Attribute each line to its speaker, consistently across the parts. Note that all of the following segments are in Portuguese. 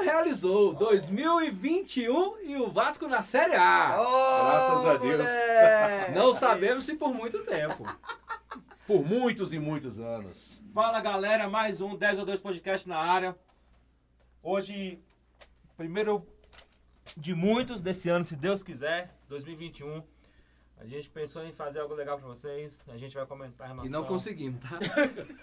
Speaker 1: finalizou 2021 e o Vasco na Série A.
Speaker 2: Graças a Deus.
Speaker 3: Deus.
Speaker 1: Não sabemos se por muito tempo.
Speaker 2: Por muitos e muitos anos.
Speaker 4: Fala galera, mais um 10 ou 2 podcast na área. Hoje, primeiro de muitos desse ano, se Deus quiser, 2021. A gente pensou em fazer algo legal pra vocês. A gente vai comentar em relação.
Speaker 1: E não conseguimos, tá?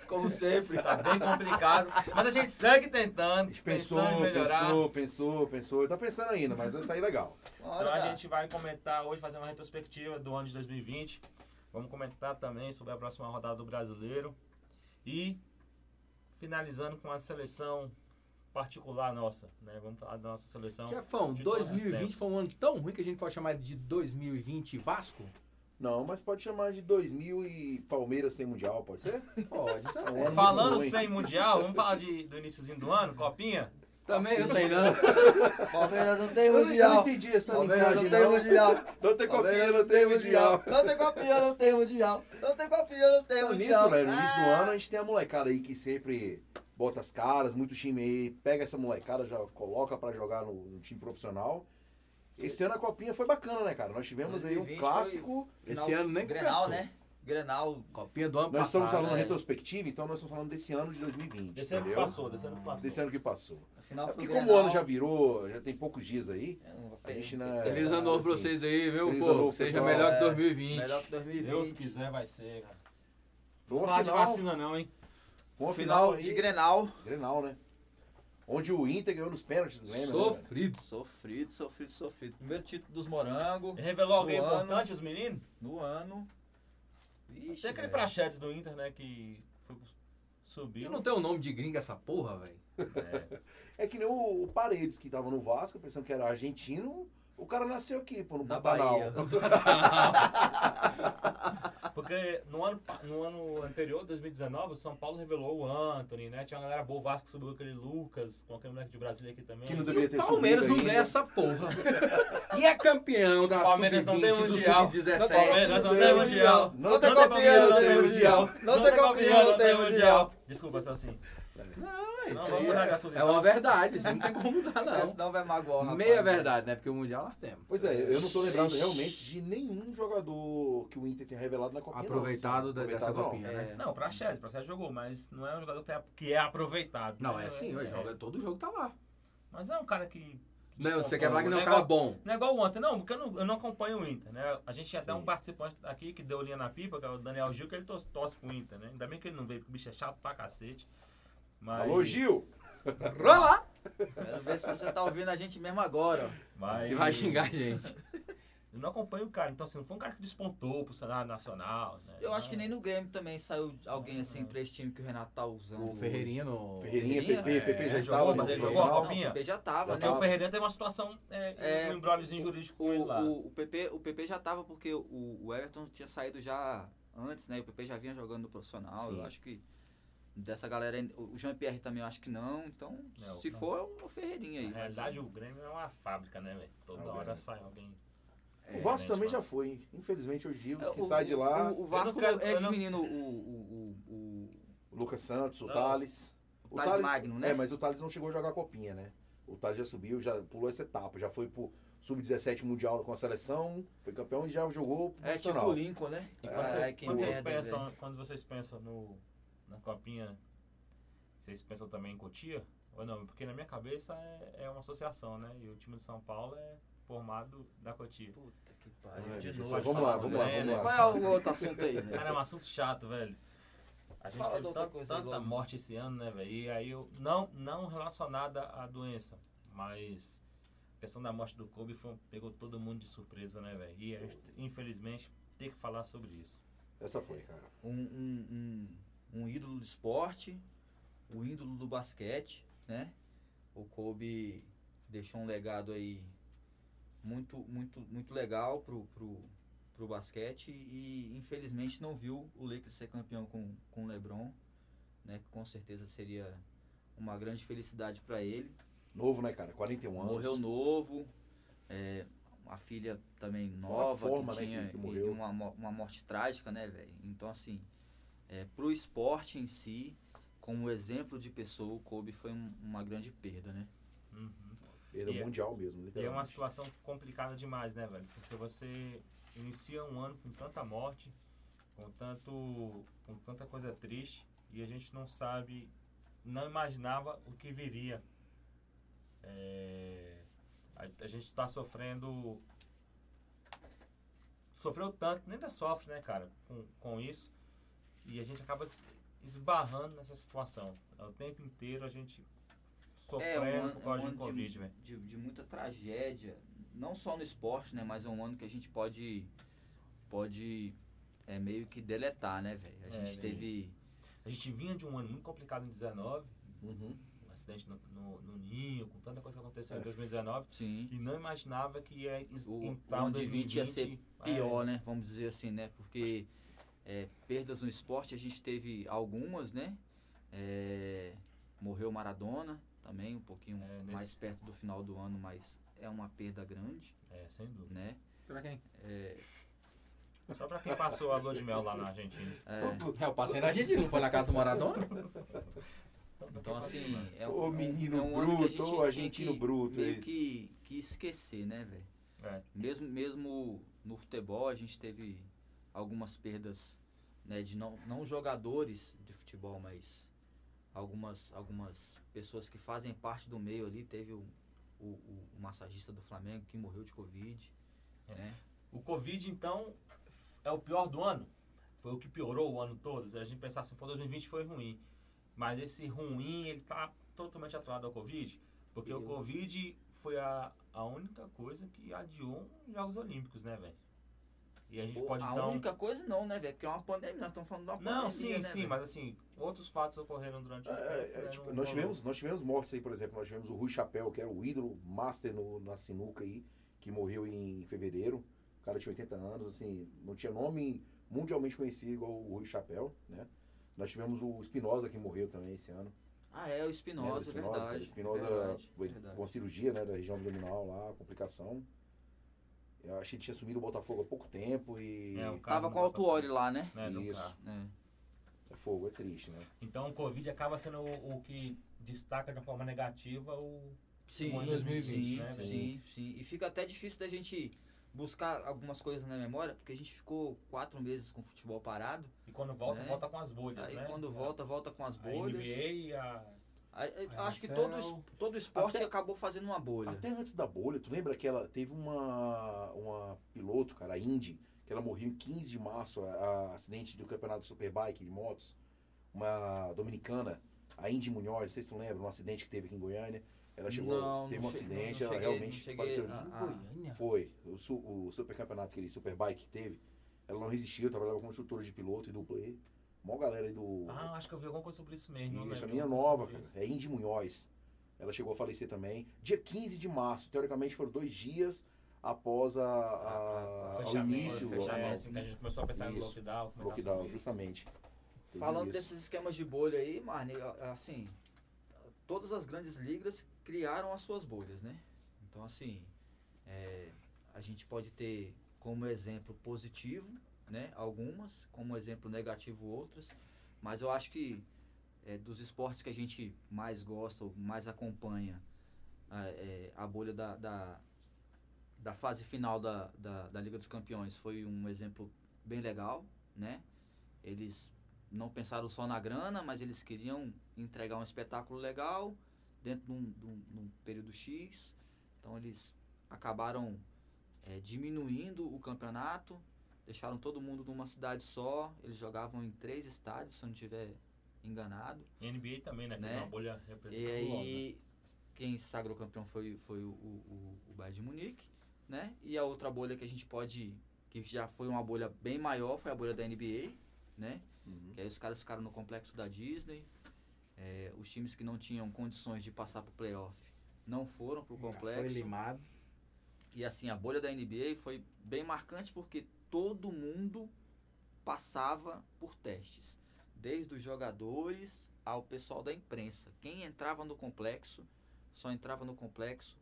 Speaker 3: Como sempre.
Speaker 4: Tá bem complicado. Mas a gente segue tentando.
Speaker 2: Pensou,
Speaker 4: pensando em melhorar.
Speaker 2: pensou, pensou, pensou. Tá pensando ainda, mas vai sair legal.
Speaker 4: Então a gente vai comentar hoje, fazer uma retrospectiva do ano de 2020. Vamos comentar também sobre a próxima rodada do brasileiro. E finalizando com a seleção particular nossa, né? Vamos falar da nossa seleção.
Speaker 1: Jefão,
Speaker 4: de todos os
Speaker 1: 2020
Speaker 4: tempos.
Speaker 1: foi um ano tão ruim que a gente pode chamar de 2020 Vasco?
Speaker 2: Não, mas pode chamar de 2000 e Palmeiras sem Mundial, pode ser?
Speaker 1: Pode, tá?
Speaker 2: É.
Speaker 4: Falando
Speaker 2: Muito ruim.
Speaker 4: sem mundial, vamos falar de, do iníciozinho do ano, copinha?
Speaker 1: Também não tem, não.
Speaker 3: Palmeiras não tem
Speaker 2: Eu não, eu não
Speaker 3: mundial.
Speaker 2: entendi essa
Speaker 3: Palmeiras
Speaker 2: linguagem,
Speaker 3: não tem
Speaker 2: não.
Speaker 3: mundial.
Speaker 2: Não tem copinha,
Speaker 3: Palmeiras
Speaker 2: não tem Mundial.
Speaker 3: Não tem copinha, não tem mundial. Não tem copinha, não tem
Speaker 2: Então,
Speaker 3: mundial.
Speaker 2: nisso, velho, no início do
Speaker 3: Ah.
Speaker 2: ano é a gente tem a molecada aí que sempre bota as caras, muito time aí, pega essa molecada, já coloca pra jogar no, no time profissional. Esse ano a copinha foi bacana, né, cara? Nós tivemos aí um
Speaker 3: 2020
Speaker 2: clássico.
Speaker 3: Final-
Speaker 1: Esse ano nem
Speaker 3: Grenal,
Speaker 1: começou.
Speaker 3: né? Grenal.
Speaker 1: Copinha do
Speaker 5: Então
Speaker 1: ano
Speaker 2: Nós estamos
Speaker 1: passado.
Speaker 2: falando
Speaker 3: né?
Speaker 2: retrospectiva, então nós estamos falando desse ano de 2020.
Speaker 4: Desse ano que
Speaker 2: entendeu?
Speaker 4: passou, desse ano que passou.
Speaker 2: Desse ano que passou.
Speaker 3: A Tá final
Speaker 2: É
Speaker 3: foi
Speaker 2: porque
Speaker 3: Grenal.
Speaker 2: como o ano já virou, já tem poucos dias aí,
Speaker 3: Eu não vou
Speaker 2: a gente
Speaker 3: perder.
Speaker 2: né,
Speaker 1: Feliz ano novo pra
Speaker 2: assim,
Speaker 1: vocês aí, viu,
Speaker 2: Feliz ano
Speaker 1: pô?
Speaker 2: novo,
Speaker 1: Seja
Speaker 2: pessoal.
Speaker 1: melhor que
Speaker 3: É,
Speaker 1: 2020.
Speaker 3: Melhor que
Speaker 4: Se
Speaker 3: 2020.
Speaker 4: Deus quiser, vai ser, cara.
Speaker 2: Foi
Speaker 4: Não
Speaker 2: uma
Speaker 4: falar
Speaker 2: final,
Speaker 4: de vacina, não, hein?
Speaker 2: foi uma
Speaker 3: Final
Speaker 2: final
Speaker 3: de
Speaker 2: aí,
Speaker 3: Grenal.
Speaker 2: Grenal, né? Onde o Inter ganhou nos pênaltis do Grêmio. né, velho?
Speaker 1: Sofrido.
Speaker 3: Sofrido, sofrido, sofrido. Primeiro título dos morangos
Speaker 4: Revelou alguém
Speaker 3: Do ano.
Speaker 4: importante, os meninos?
Speaker 3: no ano.
Speaker 4: Tem aquele prachetes
Speaker 2: é.
Speaker 4: do Inter, né, que foi, subiu.
Speaker 1: Eu não tenho o nome de gringa essa porra, velho.
Speaker 4: É.
Speaker 2: É que nem o, o Paredes, que tava no Vasco, pensando que era argentino. O cara nasceu aqui, pô, no
Speaker 3: Na
Speaker 2: Pantanal.
Speaker 3: Bahia.
Speaker 4: Porque no ano, pa- no ano anterior, 2019, o São Paulo revelou o Anthony, né? Tinha uma galera boa, o Vasco subiu aquele Lucas, com aquele moleque de Brasília aqui também.
Speaker 2: Que não
Speaker 1: E
Speaker 2: deveria
Speaker 1: o
Speaker 2: ter
Speaker 1: Palmeiras
Speaker 2: subido
Speaker 1: não ganha
Speaker 2: ainda.
Speaker 1: essa porra. E é campeão da
Speaker 4: Palmeiras não tem
Speaker 1: Sub-20 do
Speaker 4: mundial.
Speaker 1: Sub-17.
Speaker 4: Palmeiras não tem mundial.
Speaker 2: Não
Speaker 3: tem
Speaker 4: tem
Speaker 3: copinha, não tem mundial.
Speaker 4: Não tem copinha, não tem mundial. Desculpa, assim.
Speaker 1: Isso
Speaker 4: Não,
Speaker 1: aí
Speaker 4: vamos mudar de assunto,
Speaker 1: é, é
Speaker 4: então.
Speaker 1: uma verdade, isso aí não tem como mudar,
Speaker 3: Não.
Speaker 1: não.
Speaker 3: Senão vai magoar o rapaz.
Speaker 1: Meia verdade, né? Porque o Mundial nós temos.
Speaker 2: Pois é, eu não tô lembrado realmente de nenhum jogador que o Inter tenha revelado na Copinha. não,
Speaker 1: Aproveitado
Speaker 2: assim.
Speaker 1: da- dessa né?
Speaker 2: Aproveitado não.
Speaker 1: Copinha.
Speaker 3: É.
Speaker 4: Não, pra Chelsea, pra Chelsea jogou, mas não é um jogador que é, que é aproveitado.
Speaker 1: Não,
Speaker 4: né?
Speaker 1: é assim, hoje joga, todo jogo tá lá.
Speaker 4: Mas é um cara que...
Speaker 1: Não, você quer falar que não é um
Speaker 4: Não é
Speaker 1: cara
Speaker 4: igual-
Speaker 1: bom.
Speaker 4: não é igual o Anta, não, porque eu não, eu não acompanho o Inter, né? A gente tinha até
Speaker 2: Sim.
Speaker 4: um participante aqui que deu linha na pipa, que é o Daniel Gil, que ele tos- torce pro Inter, né? Ainda bem que ele não veio, porque o bicho é chato pra cacete. Mas,
Speaker 2: Alô, Gil!
Speaker 1: Rola!
Speaker 3: Quero ver se você tá ouvindo a gente mesmo agora. ó.
Speaker 4: mas-
Speaker 1: Você vai xingar a gente.
Speaker 4: Eu não acompanho o cara, então assim, não foi um cara que despontou pro cenário nacional, né?
Speaker 3: Eu acho que nem
Speaker 4: Não.
Speaker 3: no Grêmio também saiu alguém assim, três times que o Renato tá usando.
Speaker 1: O Ferreirinha no...
Speaker 2: Ferreirinha,
Speaker 3: Ferreirinha?
Speaker 2: PP, PP já
Speaker 1: É,
Speaker 2: estava
Speaker 4: jogou,
Speaker 2: no
Speaker 4: mas ele
Speaker 2: profissional.
Speaker 4: jogou a
Speaker 3: Não,
Speaker 4: Copinha?
Speaker 3: o PP já tava,
Speaker 2: Já
Speaker 3: né?
Speaker 4: Porque
Speaker 2: tava.
Speaker 4: o Ferreira teve uma situação, é,
Speaker 3: É,
Speaker 4: um embróliozinho jurídico
Speaker 3: O,
Speaker 4: com ele lá.
Speaker 3: o, o PP, o PP já tava porque o, o Everton tinha saído já antes, né? O PP já vinha jogando no profissional.
Speaker 2: Sim.
Speaker 3: Eu acho que dessa galera, ainda- o Jean-Pierre também eu acho que não. Então,
Speaker 4: Não,
Speaker 3: se
Speaker 4: não.
Speaker 3: for, é o Ferreirinha aí.
Speaker 4: Na realidade, o Grêmio é uma fábrica, né, velho? Toda
Speaker 2: É, o
Speaker 4: hora
Speaker 2: Grêmio.
Speaker 4: sai alguém.
Speaker 2: O Vasco
Speaker 3: né,
Speaker 4: É,
Speaker 2: também
Speaker 4: gente,
Speaker 2: já foi, hein? infelizmente hoje em dia, os que
Speaker 3: é, o-
Speaker 2: saem de lá,
Speaker 3: O, o Vasco,
Speaker 4: Eu não quero-
Speaker 3: é esse
Speaker 4: eu não-
Speaker 3: menino, o, o, o, o-
Speaker 2: o Lucas Santos, o
Speaker 4: Não.
Speaker 2: Thales.
Speaker 3: o Thales Magno, né?
Speaker 2: É, mas o Thales não chegou a jogar a Copinha, né? O Thales já subiu, já pulou essa etapa, já foi pro Sub-17 Mundial com a seleção, foi campeão e já jogou pro
Speaker 3: É tipo
Speaker 2: profissional.
Speaker 3: o Lincoln, né?
Speaker 4: E quando,
Speaker 3: Ai,
Speaker 4: vocês,
Speaker 3: que
Speaker 4: quando, vocês
Speaker 3: merda,
Speaker 4: pensam, quando vocês pensam no, na copinha, vocês pensam também em Cotia? Ou não? Porque na minha cabeça é, é uma associação, né? E o time de São Paulo é formado da Cotia.
Speaker 3: Puta que
Speaker 2: É,
Speaker 3: pariu. De
Speaker 2: mas
Speaker 3: novo.
Speaker 2: vamos lá,
Speaker 3: falando,
Speaker 2: vamos lá,
Speaker 3: né?
Speaker 2: vamos lá.
Speaker 3: Qual é o outro assunto aí?
Speaker 4: Cara,
Speaker 3: Né?
Speaker 4: é um assunto chato, velho. A gente
Speaker 3: Fala de
Speaker 4: teve
Speaker 3: outra
Speaker 4: tan-
Speaker 3: coisa aí
Speaker 4: tanta
Speaker 3: logo.
Speaker 4: morte esse ano, né, velho? E aí eu. Não, não relacionada à doença, mas a questão da morte do Kobe foi- um, pegou todo mundo de surpresa, né, velho? E a gente, infelizmente, tem que falar sobre isso.
Speaker 2: Essa foi, cara.
Speaker 3: Um, um, um, um ídolo do esporte, o ídolo do basquete, né? O Kobe deixou um legado aí muito, muito, muito legal pro, pro, pro basquete e infelizmente não viu o Lakers ser campeão com, com o LeBron, né? Que com certeza seria uma grande felicidade para ele.
Speaker 2: Novo, né, cara? 41 anos.
Speaker 3: Morreu novo. é, a filha também
Speaker 2: Fora a
Speaker 3: nova
Speaker 2: forma,
Speaker 3: que
Speaker 2: né,
Speaker 3: tinha
Speaker 2: que- que
Speaker 3: e-
Speaker 2: morreu.
Speaker 3: e uma, mo- uma morte trágica, né, velho? Então, assim, é, pro esporte em si, como exemplo de pessoa, o Kobe foi um- uma grande perda, né?
Speaker 4: Uhum.
Speaker 2: Ele
Speaker 4: E
Speaker 2: é
Speaker 4: é-
Speaker 2: mundial mesmo,
Speaker 4: E é uma
Speaker 2: literalmente.
Speaker 4: situação complicada demais, né, velho? Porque você inicia um ano com tanta morte, com tanto, com tanta coisa triste, e a gente não sabe, não imaginava o que viria. É, a, a gente está sofrendo, sofreu tanto, nem ainda sofre, né, cara, com, com isso, e a gente acaba se esbarrando nessa situação. O tempo inteiro a gente sofrendo
Speaker 3: ano-
Speaker 4: por causa
Speaker 3: É, um
Speaker 4: de
Speaker 3: ano
Speaker 4: Covid, velho.
Speaker 3: de, de muita tragédia, não só no esporte, né? Mas é um ano que a gente pode, pode é, meio que deletar, né, velho? A
Speaker 4: É,
Speaker 3: gente
Speaker 4: sim.
Speaker 3: teve...
Speaker 4: A gente vinha de um ano muito complicado em 19,
Speaker 2: Uhum.
Speaker 4: um acidente no, no, no Ninho, com tanta coisa que aconteceu em
Speaker 2: É.
Speaker 4: 2019,
Speaker 3: Sim.
Speaker 4: e não imaginava que ia es-
Speaker 3: O-
Speaker 4: entrar
Speaker 3: o
Speaker 4: um
Speaker 3: ano de
Speaker 4: 2020
Speaker 3: 20 ia ser
Speaker 4: é,
Speaker 3: pior, né? Vamos dizer assim, né? Porque é, perdas no esporte a gente teve algumas, né? É, morreu Maradona também, um pouquinho
Speaker 4: É, nesse-
Speaker 3: mais perto do final do ano, mas é uma perda grande,
Speaker 4: É, sem dúvida.
Speaker 3: né?
Speaker 1: Pra quem?
Speaker 4: Só pra quem passou a lua de mel lá na Argentina.
Speaker 2: Só tu-
Speaker 1: É, eu passei na Argentina, não foi na casa do Maradona?
Speaker 4: Só pra quem
Speaker 3: Então assim,
Speaker 4: passou, né?
Speaker 3: é
Speaker 2: Ô menino
Speaker 3: é um ano que a
Speaker 2: bruto,
Speaker 3: gente
Speaker 2: ô
Speaker 3: tem
Speaker 2: argentino
Speaker 3: que
Speaker 2: bruto.
Speaker 3: meio
Speaker 2: esse.
Speaker 3: que, que esquecer, né, velho?
Speaker 4: É.
Speaker 3: Mesmo, mesmo no futebol, a gente teve algumas perdas né, de não, não jogadores de futebol, mas algumas, algumas pessoas que fazem parte do meio ali. Teve o, o, o- o massagista do Flamengo que morreu de Covid.
Speaker 4: É.
Speaker 3: né?
Speaker 4: O Covid, então, é o pior do ano? Foi o que piorou o ano todo? A gente pensar assim, pô, 2020 foi ruim. Mas esse ruim, ele tá totalmente atrelado ao Covid, porque o
Speaker 3: Eu-
Speaker 4: Covid foi a, a única coisa que adiou os Jogos Olímpicos, né, velho? E a gente
Speaker 3: Pô,
Speaker 4: pode
Speaker 3: a
Speaker 4: dar um...
Speaker 3: única coisa não, né, velho? Porque é uma pandemia, nós estamos falando de uma pandemia.
Speaker 4: Não, sim,
Speaker 3: né,
Speaker 4: sim,
Speaker 3: velho?
Speaker 4: mas assim, outros fatos ocorreram durante o
Speaker 2: É,
Speaker 4: tempo,
Speaker 2: é,
Speaker 4: né,
Speaker 2: tipo,
Speaker 4: não
Speaker 2: nós,
Speaker 4: rolou.
Speaker 2: tivemos, nós tivemos mortes aí, por exemplo. Nós tivemos o Rui Chapéu, que era o ídolo master no, na sinuca aí, que morreu em fevereiro. O cara tinha 80 anos, assim, não tinha nome mundialmente conhecido igual o Rui Chapéu, né? Nós tivemos o Espinosa, que morreu também esse ano.
Speaker 3: Ah, é, o
Speaker 2: né? O
Speaker 3: Espinosa, é
Speaker 2: cara,
Speaker 3: verdade.
Speaker 2: o Espinosa
Speaker 3: verdade,
Speaker 2: foi
Speaker 3: verdade.
Speaker 2: com a cirurgia, né, da região abdominal lá, complicação. Eu achei que tinha assumido o Botafogo há pouco tempo e...
Speaker 4: É, o cara
Speaker 3: Tava
Speaker 4: não
Speaker 3: com o
Speaker 4: botou-
Speaker 3: Altuori lá, né?
Speaker 4: É, no
Speaker 2: Isso.
Speaker 4: carro.
Speaker 3: É.
Speaker 2: É fogo, é triste, né?
Speaker 4: Então o Covid acaba sendo o, o que destaca de uma forma negativa o...
Speaker 3: Sim,
Speaker 4: Em 2020,
Speaker 3: sim,
Speaker 4: né,
Speaker 3: sim,
Speaker 4: velho?
Speaker 3: sim, E fica até difícil da gente buscar algumas coisas na memória, porque a gente ficou quatro meses com o futebol parado.
Speaker 4: E quando volta,
Speaker 3: Né?
Speaker 4: volta com as bolhas,
Speaker 3: aí
Speaker 4: né?
Speaker 3: quando
Speaker 4: É.
Speaker 3: volta, volta com as
Speaker 4: A
Speaker 3: bolhas.
Speaker 4: NBA e a...
Speaker 3: Aí- aí-
Speaker 1: A
Speaker 3: acho que
Speaker 1: NFL.
Speaker 3: todo, es- todo esporte
Speaker 2: Até-
Speaker 3: acabou fazendo uma bolha.
Speaker 2: Até antes da bolha, tu lembra que ela teve uma, uma piloto, cara, a Indy, que ela morreu em 15 de março, a, a acidente do campeonato Superbike de motos, uma dominicana, a Indy Munhoz, vocês não lembram, um acidente que teve aqui em Goiânia, ela chegou,
Speaker 3: Não,
Speaker 2: teve
Speaker 3: não
Speaker 2: um
Speaker 3: che-
Speaker 2: acidente,
Speaker 3: não
Speaker 2: ela
Speaker 3: cheguei- não
Speaker 2: realmente
Speaker 3: cheguei
Speaker 2: faleceu.
Speaker 3: a-
Speaker 1: Em
Speaker 3: Ah.
Speaker 1: Goiânia?
Speaker 2: Foi, o, su, o supercampeonato, aquele Superbike que teve, ela não resistiu, trabalhava como instrutora de piloto e dublê, mó galera aí do...
Speaker 4: Ah, acho que eu vi alguma coisa sobre isso mesmo. não
Speaker 2: Isso, a
Speaker 4: lembro.
Speaker 2: minha
Speaker 4: Alguma
Speaker 2: nova,
Speaker 4: coisa
Speaker 2: cara.
Speaker 4: sobre
Speaker 2: É Indy Munhoz. Ela chegou a falecer também. Dia 15 de março, teoricamente foram dois dias após a, a-
Speaker 3: Ah,
Speaker 4: isso.
Speaker 2: ao
Speaker 4: Fechamento,
Speaker 2: início do
Speaker 4: fechamento,
Speaker 3: ao-
Speaker 4: assim, que a gente começou a pensar no
Speaker 2: Isso.
Speaker 4: lockdown. comentar
Speaker 2: lockdown,
Speaker 4: sobre isso.
Speaker 2: justamente. Teve
Speaker 3: Falando
Speaker 2: isso.
Speaker 3: desses esquemas de bolha aí, Marne, a- assim, todas as grandes ligas criaram as suas bolhas, né? Então, assim, é, a gente pode ter como exemplo positivo, né? Algumas, como exemplo negativo outras, mas eu acho que é, dos esportes que a gente mais gosta ou mais acompanha, a, é, a bolha da, da, da fase final da, da, da Liga dos Campeões foi um exemplo bem legal, né? Eles não pensaram só na grana, mas eles queriam entregar um espetáculo legal dentro de um, de um- de um período X. Então eles acabaram eh, diminuindo o campeonato, deixaram todo mundo numa cidade só. Eles jogavam em três estádios, se eu não estiver enganado.
Speaker 4: E NBA também, né? Fez
Speaker 3: Né?
Speaker 4: uma bolha
Speaker 3: E
Speaker 4: representativa.
Speaker 3: aí, quem se sagrou campeão foi, foi o, o, o Bayern de Munique, né? E a outra bolha que a gente pode, que já foi uma bolha bem maior, foi a bolha da NBA, né?
Speaker 2: Uhum.
Speaker 3: Que aí os caras ficaram no complexo da Disney. É, os times que não tinham condições de passar pro playoff não foram pro
Speaker 5: Foi
Speaker 3: complexo.
Speaker 5: limado.
Speaker 3: E assim, a bolha da NBA foi bem marcante porque todo mundo passava por testes. Desde os jogadores ao pessoal da imprensa. Quem entrava no complexo, só entrava no complexo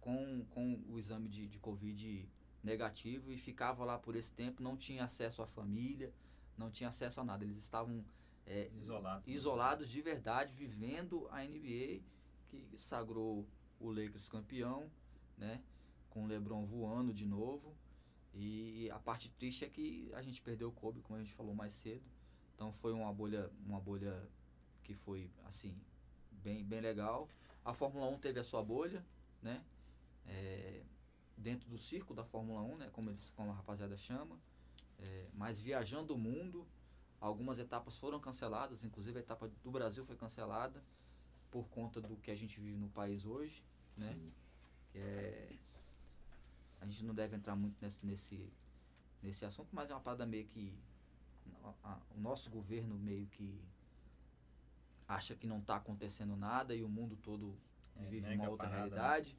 Speaker 3: com, com o exame de, de Covid negativo e ficava lá por esse tempo, não tinha acesso à família, não tinha acesso a nada. Eles estavam é,
Speaker 4: Isolado.
Speaker 3: isolados de verdade, vivendo a NBA, que sagrou o Lakers campeão, né? Com o LeBron voando de novo. E a parte triste é que a gente perdeu o Kobe, como a gente falou mais cedo. Então foi uma bolha, uma bolha que foi assim bem, bem legal. A Fórmula 1 teve a sua bolha, né? É, dentro do circo da Fórmula 1, né? Como eles, como a rapaziada chama. É, mas viajando o mundo, algumas etapas foram canceladas, inclusive a etapa do Brasil foi cancelada por conta do que a gente vive no país hoje, né?
Speaker 2: Sim.
Speaker 3: que é- a gente não deve entrar muito nesse, nesse, nesse assunto, mas é uma parada meio que a- a- o nosso governo meio que acha que não está acontecendo nada e o mundo todo
Speaker 4: É,
Speaker 3: vive
Speaker 4: nega
Speaker 3: uma
Speaker 4: a
Speaker 3: outra
Speaker 4: parada, né?
Speaker 3: realidade.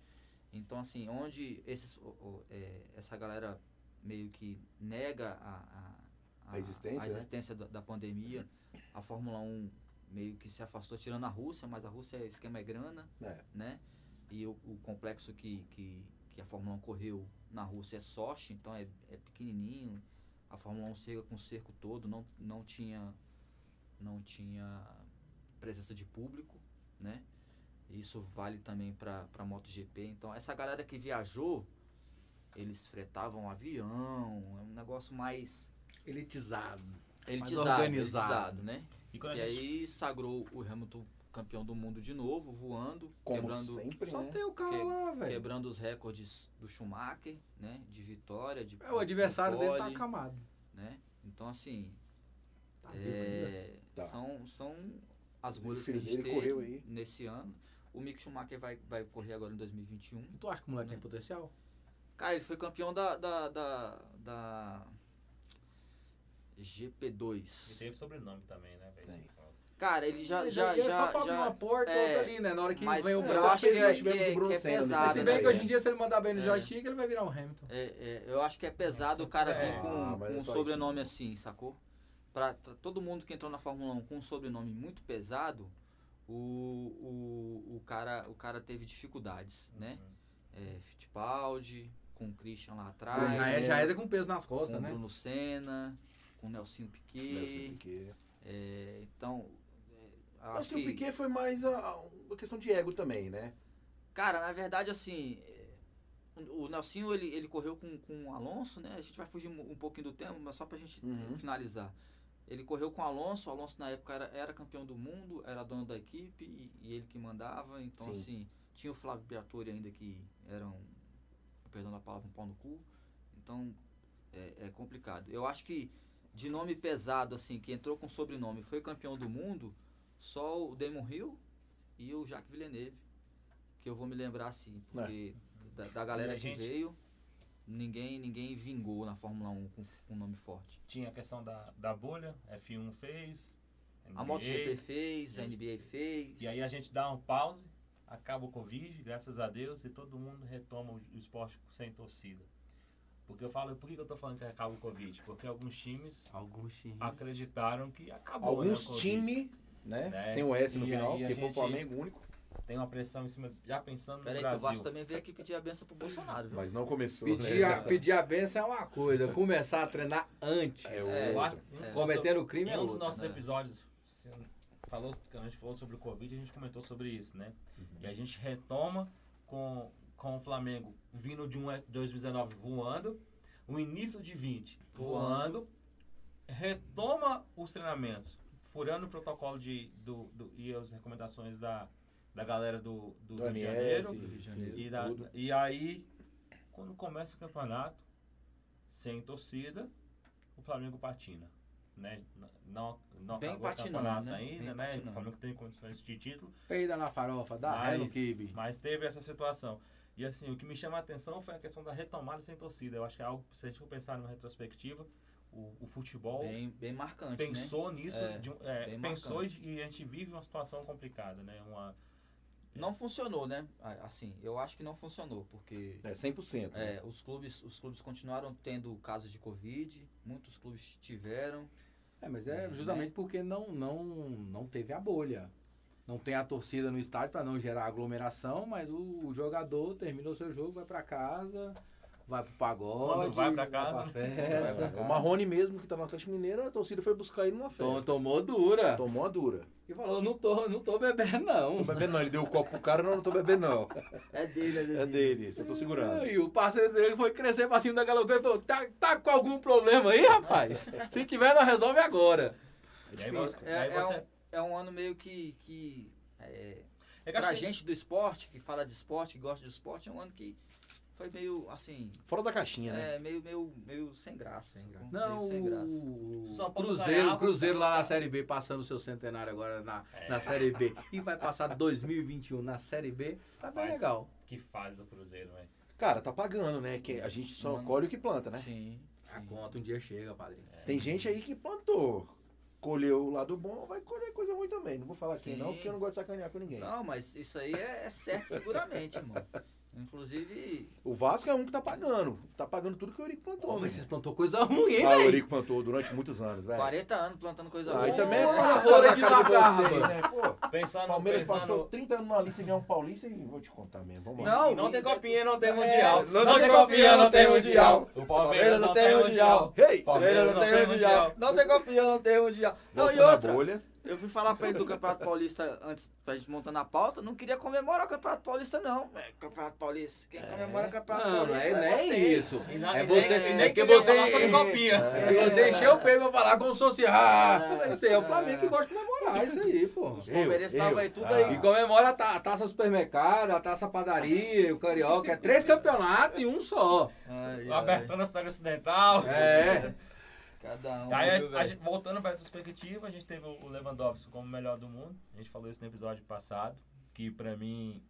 Speaker 3: Então, assim, onde esses, o- o- é, essa galera meio que nega a,
Speaker 2: A existência,
Speaker 3: a
Speaker 2: né?
Speaker 3: existência da, da pandemia, a Fórmula 1 meio que se afastou, tirando a Rússia, mas a Rússia, o esquema é grana
Speaker 2: É.
Speaker 3: né? E o, o complexo que, que, que a Fórmula 1 correu na Rússia é Sochi, então é, é pequenininho. A Fórmula 1 chega com o cerco todo, não, não tinha não tinha presença de público, né? Isso vale também para para MotoGP. Então essa galera que viajou, eles fretavam um avião, é um negócio mais
Speaker 5: Elitizado.
Speaker 3: elitizado,
Speaker 5: organizado.
Speaker 3: elitizado, né?
Speaker 4: E quando
Speaker 3: E
Speaker 4: a gente
Speaker 3: aí sagrou o Hamilton campeão do mundo de novo, voando,
Speaker 2: Como
Speaker 3: quebrando
Speaker 2: sempre,
Speaker 1: Só
Speaker 2: né?
Speaker 1: tem o cara
Speaker 3: Que-
Speaker 1: lá, velho.
Speaker 3: quebrando os recordes do Schumacher, né? De vitória, de
Speaker 1: É, o adversário
Speaker 3: de
Speaker 1: dele tá
Speaker 3: pole,
Speaker 1: acamado.
Speaker 3: né? Então assim,
Speaker 1: Tá
Speaker 3: é,
Speaker 1: vivo ainda.
Speaker 2: Ah, Tá.
Speaker 3: são são as
Speaker 2: Inclusive,
Speaker 3: bolhas
Speaker 2: o
Speaker 3: que a
Speaker 2: filho
Speaker 3: gente
Speaker 2: dele correu
Speaker 3: teve
Speaker 2: aí.
Speaker 3: nesse ano. O Mick Schumacher vai vai correr agora em 2021.
Speaker 1: Tu acha que o moleque tem potencial?
Speaker 3: Cara, ele foi campeão da da da, da
Speaker 4: E
Speaker 3: GP2.
Speaker 4: teve sobrenome também, né, velho?
Speaker 2: Tem.
Speaker 3: Cara, ele já
Speaker 1: Mas
Speaker 3: já
Speaker 1: aí é
Speaker 3: já,
Speaker 1: só pra
Speaker 3: já
Speaker 1: abrir uma porta
Speaker 3: é,
Speaker 1: outra ali, né? Na hora que
Speaker 3: mas
Speaker 1: vem o
Speaker 3: eu
Speaker 1: braço.
Speaker 3: acho que é,
Speaker 2: nós
Speaker 3: que
Speaker 2: tivemos o
Speaker 3: é,
Speaker 2: Bruno
Speaker 3: que é
Speaker 2: Senna nesse
Speaker 3: pesado,
Speaker 1: Se
Speaker 2: nada,
Speaker 1: bem
Speaker 3: né,
Speaker 1: que hoje
Speaker 3: velho?
Speaker 1: em dia, se ele mandar bem no
Speaker 3: É.
Speaker 1: joystick, ele vai virar um Hamilton.
Speaker 3: É, é, eu acho que é pesado o cara vir
Speaker 4: É,
Speaker 3: com,
Speaker 2: mas
Speaker 3: com
Speaker 2: é
Speaker 3: um
Speaker 2: só
Speaker 3: sobrenome assim, sacou? Pra, pra todo mundo que entrou na Fórmula 1 com um sobrenome muito pesado, o, o, o, cara, o cara teve dificuldades,
Speaker 4: Uhum.
Speaker 3: né? É, Fittipaldi, com o Christian lá atrás, né?
Speaker 1: Já é-
Speaker 2: é.
Speaker 1: já era com peso nas
Speaker 3: com
Speaker 1: costas,
Speaker 3: o
Speaker 1: né?
Speaker 3: Bruno Senna, com o Nelson Piquet.
Speaker 2: Nelson Piquet.
Speaker 3: é, então, é, acho
Speaker 2: Nelson
Speaker 3: que-
Speaker 2: Piquet foi mais a, a- uma questão de ego também, né?
Speaker 3: Cara, na verdade, assim, é, o o Nelsinho, ele, ele correu com, com o Alonso, né? A gente vai fugir um um pouquinho do tempo, mas só pra gente é,
Speaker 2: Uhum.
Speaker 3: finalizar. Ele correu com o Alonso, o Alonso na época era, era campeão do mundo, era dono da equipe e, e ele que mandava. Então,
Speaker 2: Sim.
Speaker 3: assim, tinha o Flávio Briatore ainda que era um, perdão da palavra, um pau no cu. Então, é, é complicado. Eu acho que de nome pesado, assim, que entrou com sobrenome, foi campeão do mundo, só o Damon Hill e o Jacques Villeneuve, que eu vou me lembrar assim, porque da, da galera
Speaker 4: É. E a
Speaker 3: que
Speaker 4: gente?
Speaker 3: veio, ninguém ninguém vingou na Fórmula 1 com f- um nome forte.
Speaker 4: Tinha a questão da, da bolha, F1 fez.
Speaker 3: A
Speaker 4: NBA,
Speaker 3: MotoGP fez, a NBA fez.
Speaker 4: E aí a gente dá um pause, acaba o Covid, graças a Deus, e todo mundo retoma o o esporte sem torcida. Porque eu falo, por que que eu tô falando que acaba o Covid? Porque alguns times
Speaker 5: Alguns times.
Speaker 4: acreditaram que acabou.
Speaker 2: Alguns
Speaker 4: né, o Covid.
Speaker 2: times, né?
Speaker 4: Né?
Speaker 2: Sem o S no
Speaker 4: E
Speaker 2: final,
Speaker 4: aí a
Speaker 2: porque foi o
Speaker 4: gente-
Speaker 2: Flamengo único,
Speaker 4: Tem uma pressão em cima, já pensando no
Speaker 3: Peraí, que o
Speaker 4: Brasil.
Speaker 3: Vasco tá- também veio aqui pedir a benção pro Bolsonaro, viu?
Speaker 2: mas não começou.
Speaker 5: Pedir
Speaker 2: né?
Speaker 5: a, pedir a benção é uma coisa, começar a treinar antes.
Speaker 2: É
Speaker 4: Eu
Speaker 2: outra.
Speaker 4: acho- um dos
Speaker 5: Cometendo crime
Speaker 4: Em
Speaker 5: é
Speaker 4: um dos
Speaker 5: outro.
Speaker 4: nossos
Speaker 3: né?
Speaker 4: episódios, se- falou, quando a gente falou sobre o Covid, a gente comentou sobre isso, né? E a gente retoma com, com o Flamengo vindo de um 2019 voando, o início de 20 voando, retoma os treinamentos, furando o protocolo de, do, do- e as recomendações da, da galera do, do,
Speaker 2: Do
Speaker 4: Rio de Janeiro.
Speaker 2: ANS,
Speaker 3: Rio de Janeiro,
Speaker 4: E, da-
Speaker 2: tudo.
Speaker 4: e aí, quando começa o campeonato, sem torcida, o Flamengo patina. Né? N- Não, não
Speaker 3: Bem
Speaker 4: acabou o
Speaker 3: patinando,
Speaker 4: campeonato
Speaker 3: né?
Speaker 4: ainda,
Speaker 3: Bem
Speaker 4: né?
Speaker 3: patinando.
Speaker 4: O Flamengo tem condições de título,
Speaker 5: Peida na farofa, dá
Speaker 4: Mas-
Speaker 5: ré no kibe.
Speaker 4: mas teve essa situação. E assim, o que me chama a atenção foi a questão da retomada sem torcida. Eu acho que é algo, se a gente for pensar numa retrospectiva, o, o futebol
Speaker 3: Bem, bem marcante, né?
Speaker 4: pensou nisso,
Speaker 3: É,
Speaker 4: de um- é,
Speaker 3: bem
Speaker 4: pensou e e a gente vive uma situação complicada, né? Uma,
Speaker 3: Não funcionou, né? A- Assim, eu acho que não funcionou, porque
Speaker 2: É 100%. né?
Speaker 3: é, os, clubes, os clubes continuaram tendo casos de Covid, muitos clubes tiveram.
Speaker 5: É, mas
Speaker 4: Uhum.
Speaker 5: é justamente porque não, não, não teve a bolha. Não tem a torcida no estádio para não gerar aglomeração, mas o, o jogador terminou seu jogo, vai para casa, Vai pro pagode.
Speaker 4: Quando vai pra casa.
Speaker 5: Vai pra festa.
Speaker 2: O Marrone mesmo, que tá no Atlético Mineiro, a torcida foi buscar ele numa
Speaker 5: Tom-
Speaker 2: festa.
Speaker 5: tomou dura.
Speaker 2: Tomou uma dura.
Speaker 5: E falou, não tô, não tô bebendo, não.
Speaker 2: Não tô bebendo não, ele deu o copo pro cara, não, não tô bebendo não.
Speaker 3: É dele, é dele.
Speaker 2: É dele, você tô segurando. É
Speaker 5: E o parceiro dele foi crescer pra cima da galocã e falou, tá, tá com algum problema aí, rapaz? Se tiver, nós resolve agora.
Speaker 4: E aí você-
Speaker 3: É,
Speaker 4: aí
Speaker 3: é
Speaker 4: você-
Speaker 3: um, é um ano meio que. que é,
Speaker 4: é que acho
Speaker 3: pra
Speaker 2: assim.
Speaker 4: que-
Speaker 3: gente do esporte, que fala de esporte, que gosta de esporte, é um ano que foi meio assim.
Speaker 2: Fora da caixinha, né?
Speaker 3: É, meio, meio, meio sem graça.
Speaker 2: Sem graça.
Speaker 3: Meio
Speaker 5: Não,
Speaker 4: é
Speaker 3: sem graça.
Speaker 5: o
Speaker 4: São Paulo
Speaker 5: Cruzeiro,
Speaker 4: ganhava,
Speaker 5: Cruzeiro
Speaker 4: ganhava.
Speaker 5: lá na Série B, passando o seu centenário agora na,
Speaker 4: é,
Speaker 5: na Série B. E vai passar 2021 na Série B, tá bem
Speaker 4: Rapaz.
Speaker 5: legal.
Speaker 4: Que fase do Cruzeiro, né? velho.
Speaker 2: Cara, tá pagando, né? Que a gente só
Speaker 3: Mano.
Speaker 2: colhe o que planta, né?
Speaker 3: Sim.
Speaker 5: A
Speaker 3: sim.
Speaker 5: conta um dia chega, padrinho.
Speaker 2: Tem gente aí que plantou. Colheu o lado bom, vai colher coisa ruim também. Não vou falar quem
Speaker 3: Sim.
Speaker 2: não, porque eu não gosto de sacanear com ninguém.
Speaker 3: Não, mas isso aí é, é certo seguramente, mano. Inclusive,
Speaker 2: O Vasco é um que tá pagando. Tá pagando tudo que o Eurico plantou.
Speaker 5: Pô,
Speaker 2: né?
Speaker 5: mas vocês plantou coisa ruim, hein,
Speaker 2: Ah, o
Speaker 5: velho?
Speaker 2: Eurico plantou durante muitos anos, velho.
Speaker 3: 40 anos plantando coisa
Speaker 2: Aí
Speaker 3: boa.
Speaker 2: também é
Speaker 5: Porra,
Speaker 2: palhaçada
Speaker 5: rolê
Speaker 2: na
Speaker 5: de
Speaker 2: cara de
Speaker 5: lagarto.
Speaker 2: vocês, né? Pô,
Speaker 4: Pensando,
Speaker 2: Palmeiras
Speaker 4: pensando...
Speaker 2: passou 30 anos na lista de um paulista e vou te contar mesmo. Vamos lá.
Speaker 3: Não,
Speaker 4: Não tem
Speaker 3: então-
Speaker 4: copinha, não tem
Speaker 3: É,
Speaker 4: mundial.
Speaker 2: não
Speaker 5: tem copinha, não tem mundial.
Speaker 4: O
Speaker 5: Palmeiras não tem mundial.
Speaker 2: Ei!
Speaker 4: Palmeiras não tem mundial.
Speaker 3: Não tem campeão, não tem mundial. Não, e
Speaker 2: Voltando à
Speaker 3: outra.
Speaker 2: bolha.
Speaker 3: Eu fui falar pra ele do Campeonato Paulista antes, pra gente montar na pauta, não queria comemorar o Campeonato Paulista, não. É, Campeonato Paulista. Quem
Speaker 2: É?
Speaker 3: comemora o Campeonato
Speaker 5: Não,
Speaker 3: Paulista
Speaker 5: é- não é
Speaker 3: vocês.
Speaker 5: isso.
Speaker 4: E na-
Speaker 5: É
Speaker 4: e
Speaker 5: você-
Speaker 4: nem-
Speaker 5: é
Speaker 4: nem
Speaker 5: porque
Speaker 4: queria
Speaker 5: você- É.
Speaker 4: falar sobre copinha.
Speaker 5: E você encheu o peito pra falar como se fosse. Ah,
Speaker 3: É.
Speaker 5: isso aí é o Flamengo que gosta de comemorar, isso aí, pô.
Speaker 3: Os palmeirenses estavam aí tudo aí.
Speaker 5: E comemora a ta- a taça supermercado, a taça padaria, o carioca. É três campeonatos em um só.
Speaker 3: Ai, ai,
Speaker 4: Abertando a cidade ocidental.
Speaker 5: É.
Speaker 3: Cada um.
Speaker 4: Aí,
Speaker 3: viu,
Speaker 4: a- a
Speaker 3: velho?
Speaker 4: gente- voltando para a perspectiva, a gente teve o o Lewandowski como o melhor do mundo. A gente falou isso no episódio passado, que pra mim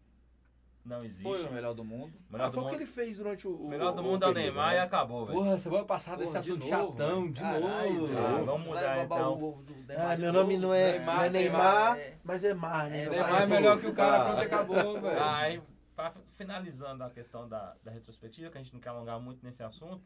Speaker 4: não existe.
Speaker 3: Foi o melhor do mundo.
Speaker 4: Melhor
Speaker 2: Ah,
Speaker 4: do
Speaker 2: foi o que
Speaker 4: mundo,
Speaker 2: ele fez durante o. o-
Speaker 4: melhor do
Speaker 2: o
Speaker 4: mundo é o
Speaker 2: período,
Speaker 4: Neymar e
Speaker 2: né?
Speaker 4: acabou, velho.
Speaker 5: Porra, semana passada esse
Speaker 3: Porra, de
Speaker 5: assunto
Speaker 3: novo,
Speaker 5: chatão,
Speaker 3: velho.
Speaker 5: de
Speaker 3: Caralho,
Speaker 5: novo.
Speaker 3: velho.
Speaker 4: Ah, vamos
Speaker 3: Vai
Speaker 4: mudar,
Speaker 3: babar
Speaker 4: então.
Speaker 3: o ovo do Neymar
Speaker 2: Ah,
Speaker 3: de
Speaker 2: meu nome
Speaker 3: novo.
Speaker 2: não é
Speaker 5: Neymar,
Speaker 2: não é Neymar,
Speaker 3: Neymar, é.
Speaker 2: mas é Mar, né?
Speaker 5: Neymar é melhor que o
Speaker 2: Tá.
Speaker 5: cara,
Speaker 3: Ah.
Speaker 5: pronto, acabou, velho.
Speaker 4: Aí, pra, finalizando a questão da, da retrospectiva, que a gente não quer alongar muito nesse assunto,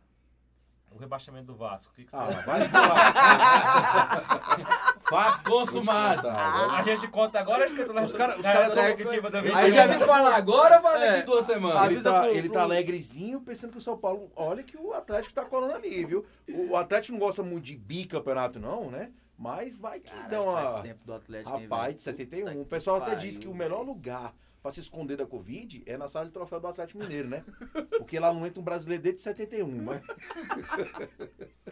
Speaker 4: o rebaixamento do Vasco. O que, que você
Speaker 2: Ah, vai se lascar.
Speaker 5: Fato consumado.
Speaker 2: Tá,
Speaker 4: A gente conta agora, a gente conta na
Speaker 2: Os cara- os
Speaker 4: na
Speaker 2: cara tão-
Speaker 4: retrospectiva da
Speaker 5: Aí já
Speaker 4: vida.
Speaker 5: viu falar agora ou
Speaker 3: É.
Speaker 5: daqui duas semanas?
Speaker 2: Ele
Speaker 3: Avisa
Speaker 2: tá,
Speaker 3: pro-
Speaker 2: ele
Speaker 3: pro-
Speaker 2: tá alegrezinho pensando que o São Paulo. Olha que o Atlético tá colando ali, viu? O, o Atlético não gosta muito de bicampeonato, não, né? Mas vai que
Speaker 3: Caralho,
Speaker 2: dá uma.
Speaker 3: faz tempo do Atlético. hein,
Speaker 2: Então, Rapaz,
Speaker 3: velho?
Speaker 2: de 71. O
Speaker 3: Puta
Speaker 2: pessoal até
Speaker 3: pariu,
Speaker 2: disse que o
Speaker 3: velho.
Speaker 2: melhor lugar pra se esconder da Covid é na sala de troféu do Atlético Mineiro, né? Porque lá não entra um brasileiro desde 71. Mas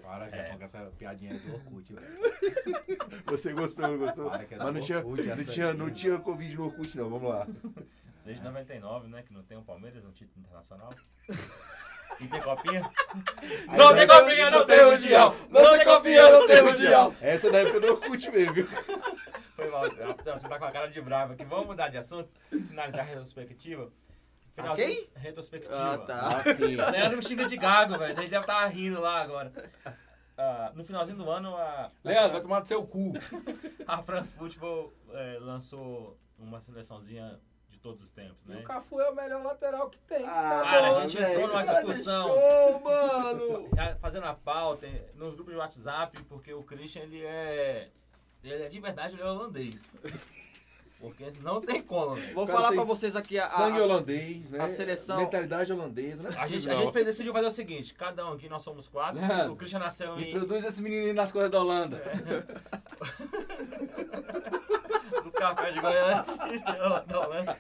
Speaker 5: Para, já com essa piadinha do Orkut, velho.
Speaker 2: você gostou, não gostou?
Speaker 5: Para que é do
Speaker 2: mas não tinha,
Speaker 5: Orkut
Speaker 2: não,
Speaker 5: essa
Speaker 2: tinha,
Speaker 5: aí,
Speaker 2: não
Speaker 5: né?
Speaker 2: tinha Covid no Orkut, não. Vamos lá.
Speaker 4: Desde 99, né? Que não tem o Palmeiras, um título internacional. E tem copinha?
Speaker 2: Aí vai-
Speaker 4: copinha, não tem mundial! Não tem copinha, não tem mundial!
Speaker 2: Essa é da época do Orkut mesmo, viu?
Speaker 4: Foi mal, você tá com a cara de brava aqui. Vamos mudar de assunto? Finalizar a retrospectiva?
Speaker 3: A quem?
Speaker 4: Retrospectiva.
Speaker 3: Ah, tá.
Speaker 2: Ah, sim.
Speaker 4: Leandro me xinga de gago, velho. Ele deve estar rindo lá agora. Ah, no finalzinho do ano, a.
Speaker 5: Leandro, vai tomar do seu cu.
Speaker 4: A France Football eh, lançou uma seleçãozinha de todos os tempos,
Speaker 5: E
Speaker 4: né?
Speaker 5: o Cafu é o melhor lateral que tem.
Speaker 3: Ah,
Speaker 4: Cara, a gente
Speaker 3: velho,
Speaker 4: entrou numa
Speaker 3: cara,
Speaker 4: discussão.
Speaker 3: deixou, mano.
Speaker 4: Já Fazendo a pauta eh, nos grupos de WhatsApp, porque o Christian, ele é... Ele é de verdade, ele é holandês. Porque não tem como, velho.
Speaker 3: Vou
Speaker 2: cara
Speaker 3: falar
Speaker 2: tem
Speaker 3: pra vocês aqui a, a-
Speaker 2: Sangue
Speaker 3: a-
Speaker 2: holandês, né?
Speaker 3: a seleção-
Speaker 2: Mentalidade holandesa, né?
Speaker 4: A gente, a gente fez- decidiu fazer o seguinte, cada um aqui, nós somos quatro.
Speaker 5: Leandro,
Speaker 4: O Christian nasceu em...
Speaker 5: Introduz esse menininho nas coisas da Holanda.
Speaker 4: dos cafés de Goiânia. Não, né?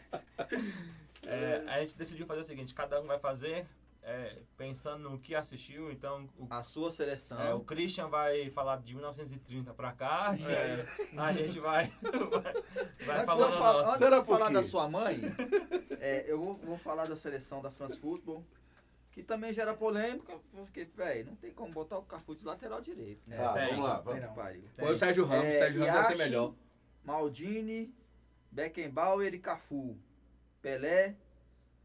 Speaker 4: É, a gente decidiu fazer o seguinte, cada um vai fazer... eh, pensando no que assistiu, então o
Speaker 3: a sua seleção.
Speaker 4: É, o Christian vai falar de 1930 pra cá, e a gente vai, vai, vai
Speaker 3: Antes de
Speaker 4: falando
Speaker 3: eu, fal- antes
Speaker 4: nossa.
Speaker 3: de eu
Speaker 2: Será por
Speaker 3: falar
Speaker 2: quê?
Speaker 3: da sua mãe, é, eu vou, vou falar da seleção da France Football, que também gera polêmica, porque, velho, não tem como botar o Cafu de lateral direito, né?
Speaker 2: Tá,
Speaker 4: Tem,
Speaker 2: vamos lá.
Speaker 3: Puta
Speaker 2: Vamos.
Speaker 3: que pariu.
Speaker 5: Põe o Sérgio Ramos,
Speaker 3: É,
Speaker 5: o Sérgio Ramos vai ser
Speaker 3: Yashin,
Speaker 5: melhor.
Speaker 3: Maldini, Beckenbauer e Cafu, Pelé,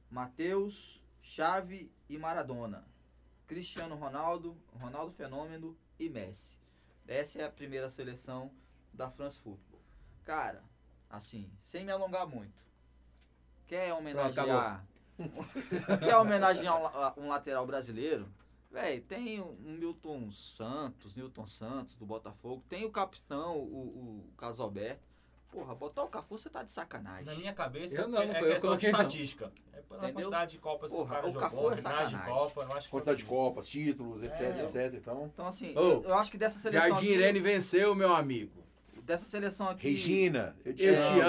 Speaker 3: Matheus, Xavi e Maradona, Cristiano Ronaldo, Ronaldo Fenômeno e Messi. Essa é a primeira seleção da France Football. Cara, assim, sem me alongar muito, quer homenagear, quer homenagear um, la- um lateral brasileiro? Véi, tem o Milton Santos, Newton Santos do Botafogo, tem o capitão, o, o Casalberto. Porra, botar o Cafu você tá de sacanagem.
Speaker 4: Na minha cabeça,
Speaker 5: Eu não,
Speaker 4: é,
Speaker 5: não
Speaker 4: é
Speaker 5: foi eu que
Speaker 4: questão de
Speaker 5: coloquei, não.
Speaker 4: estatística. É pela
Speaker 3: Entendeu?
Speaker 4: quantidade de Copas que o
Speaker 3: Porra,
Speaker 4: cara
Speaker 3: o
Speaker 4: jogou,
Speaker 3: Cafu é
Speaker 4: finais de
Speaker 3: sacanagem.
Speaker 4: Copa, eu acho que é
Speaker 2: Quantidade de
Speaker 4: foi isso.
Speaker 2: Copas, títulos, etc,
Speaker 4: É.
Speaker 2: etc. Então,
Speaker 3: Então, assim,
Speaker 5: Ô,
Speaker 3: eu, eu acho que dessa seleção
Speaker 5: Jardim
Speaker 3: aqui,
Speaker 5: Irene venceu, meu amigo.
Speaker 3: dessa seleção aqui,
Speaker 2: Regina, eu te
Speaker 5: Eu
Speaker 2: amo.
Speaker 5: te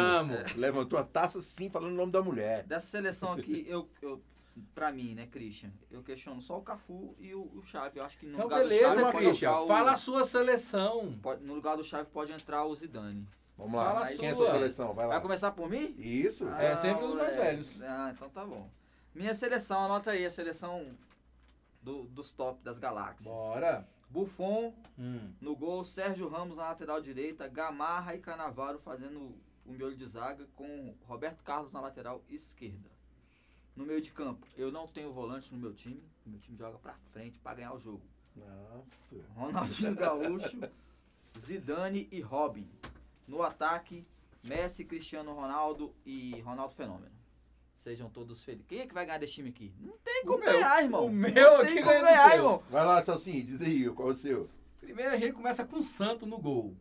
Speaker 5: amo.
Speaker 2: Levantou a taça sim, falando o nome da mulher.
Speaker 3: dessa seleção aqui, eu, eu pra mim, né, Christian, eu questiono só o Cafu e o, o Chave. Eu acho que no
Speaker 5: Então,
Speaker 3: lugar do Chave
Speaker 5: beleza,
Speaker 3: pode entrar
Speaker 5: Christian.
Speaker 3: o-
Speaker 5: Fala a sua seleção.
Speaker 3: pode- no lugar do Chave pode entrar o Zidane.
Speaker 2: Vamos lá,
Speaker 5: Fala a
Speaker 2: quem é a
Speaker 5: sua.
Speaker 2: sua seleção? Vai
Speaker 3: Vai
Speaker 2: lá.
Speaker 3: começar Ah. por mim?
Speaker 2: Isso.
Speaker 5: É, sempre os mais
Speaker 3: moleque.
Speaker 5: velhos.
Speaker 3: Ah, então tá bom. Minha seleção, anota aí, a seleção do- dos top das galáxias.
Speaker 5: Bora.
Speaker 3: Buffon
Speaker 5: Hum.
Speaker 3: no gol, Sérgio Ramos na lateral direita, Gamarra e Canavaro fazendo o miolo de zaga com Roberto Carlos na lateral esquerda. No meio de campo, eu não tenho volante no meu time. Meu time joga pra frente pra ganhar o jogo.
Speaker 2: Nossa.
Speaker 3: Ronaldinho Gaúcho, Zidane e Robin. No ataque, Messi, Cristiano Ronaldo e Ronaldo Fenômeno. Sejam todos felizes. Quem é que vai ganhar desse time aqui? Não tem como
Speaker 5: meu.
Speaker 3: ganhar, irmão.
Speaker 5: O meu
Speaker 3: não
Speaker 5: aqui
Speaker 3: tem como
Speaker 5: ganha do
Speaker 3: ganhar,
Speaker 5: seu.
Speaker 3: irmão.
Speaker 2: Vai lá, Celcinho, diz aí qual é o seu.
Speaker 5: Primeiro a gente começa com o Santo no gol.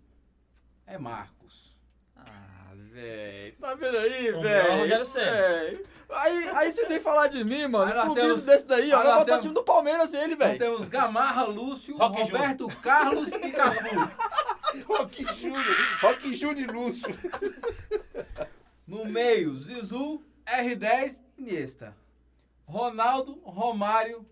Speaker 5: É Marcos.
Speaker 3: Ah, velho. Tá vendo aí, velho?
Speaker 4: O meu é o Rogério Ceni.
Speaker 3: Velho. Aí, aí vocês vêm falar de mim,
Speaker 5: Aí
Speaker 3: mano.
Speaker 5: nós
Speaker 3: Um
Speaker 5: temos-
Speaker 3: clubismo desse daí, ó.
Speaker 5: aí
Speaker 3: Vai
Speaker 5: nós
Speaker 3: botar o
Speaker 5: temos-
Speaker 3: time do Palmeiras ele,
Speaker 5: Então
Speaker 3: velho.
Speaker 5: temos Gamarra, Lúcio,
Speaker 4: Rock Júnior.
Speaker 5: Roberto Carlos e Cafu.
Speaker 2: Rock Júnior, Rock Júnior e Lúcio.
Speaker 5: No meio, Zizu, R10, Iniesta. Ronaldo, Romário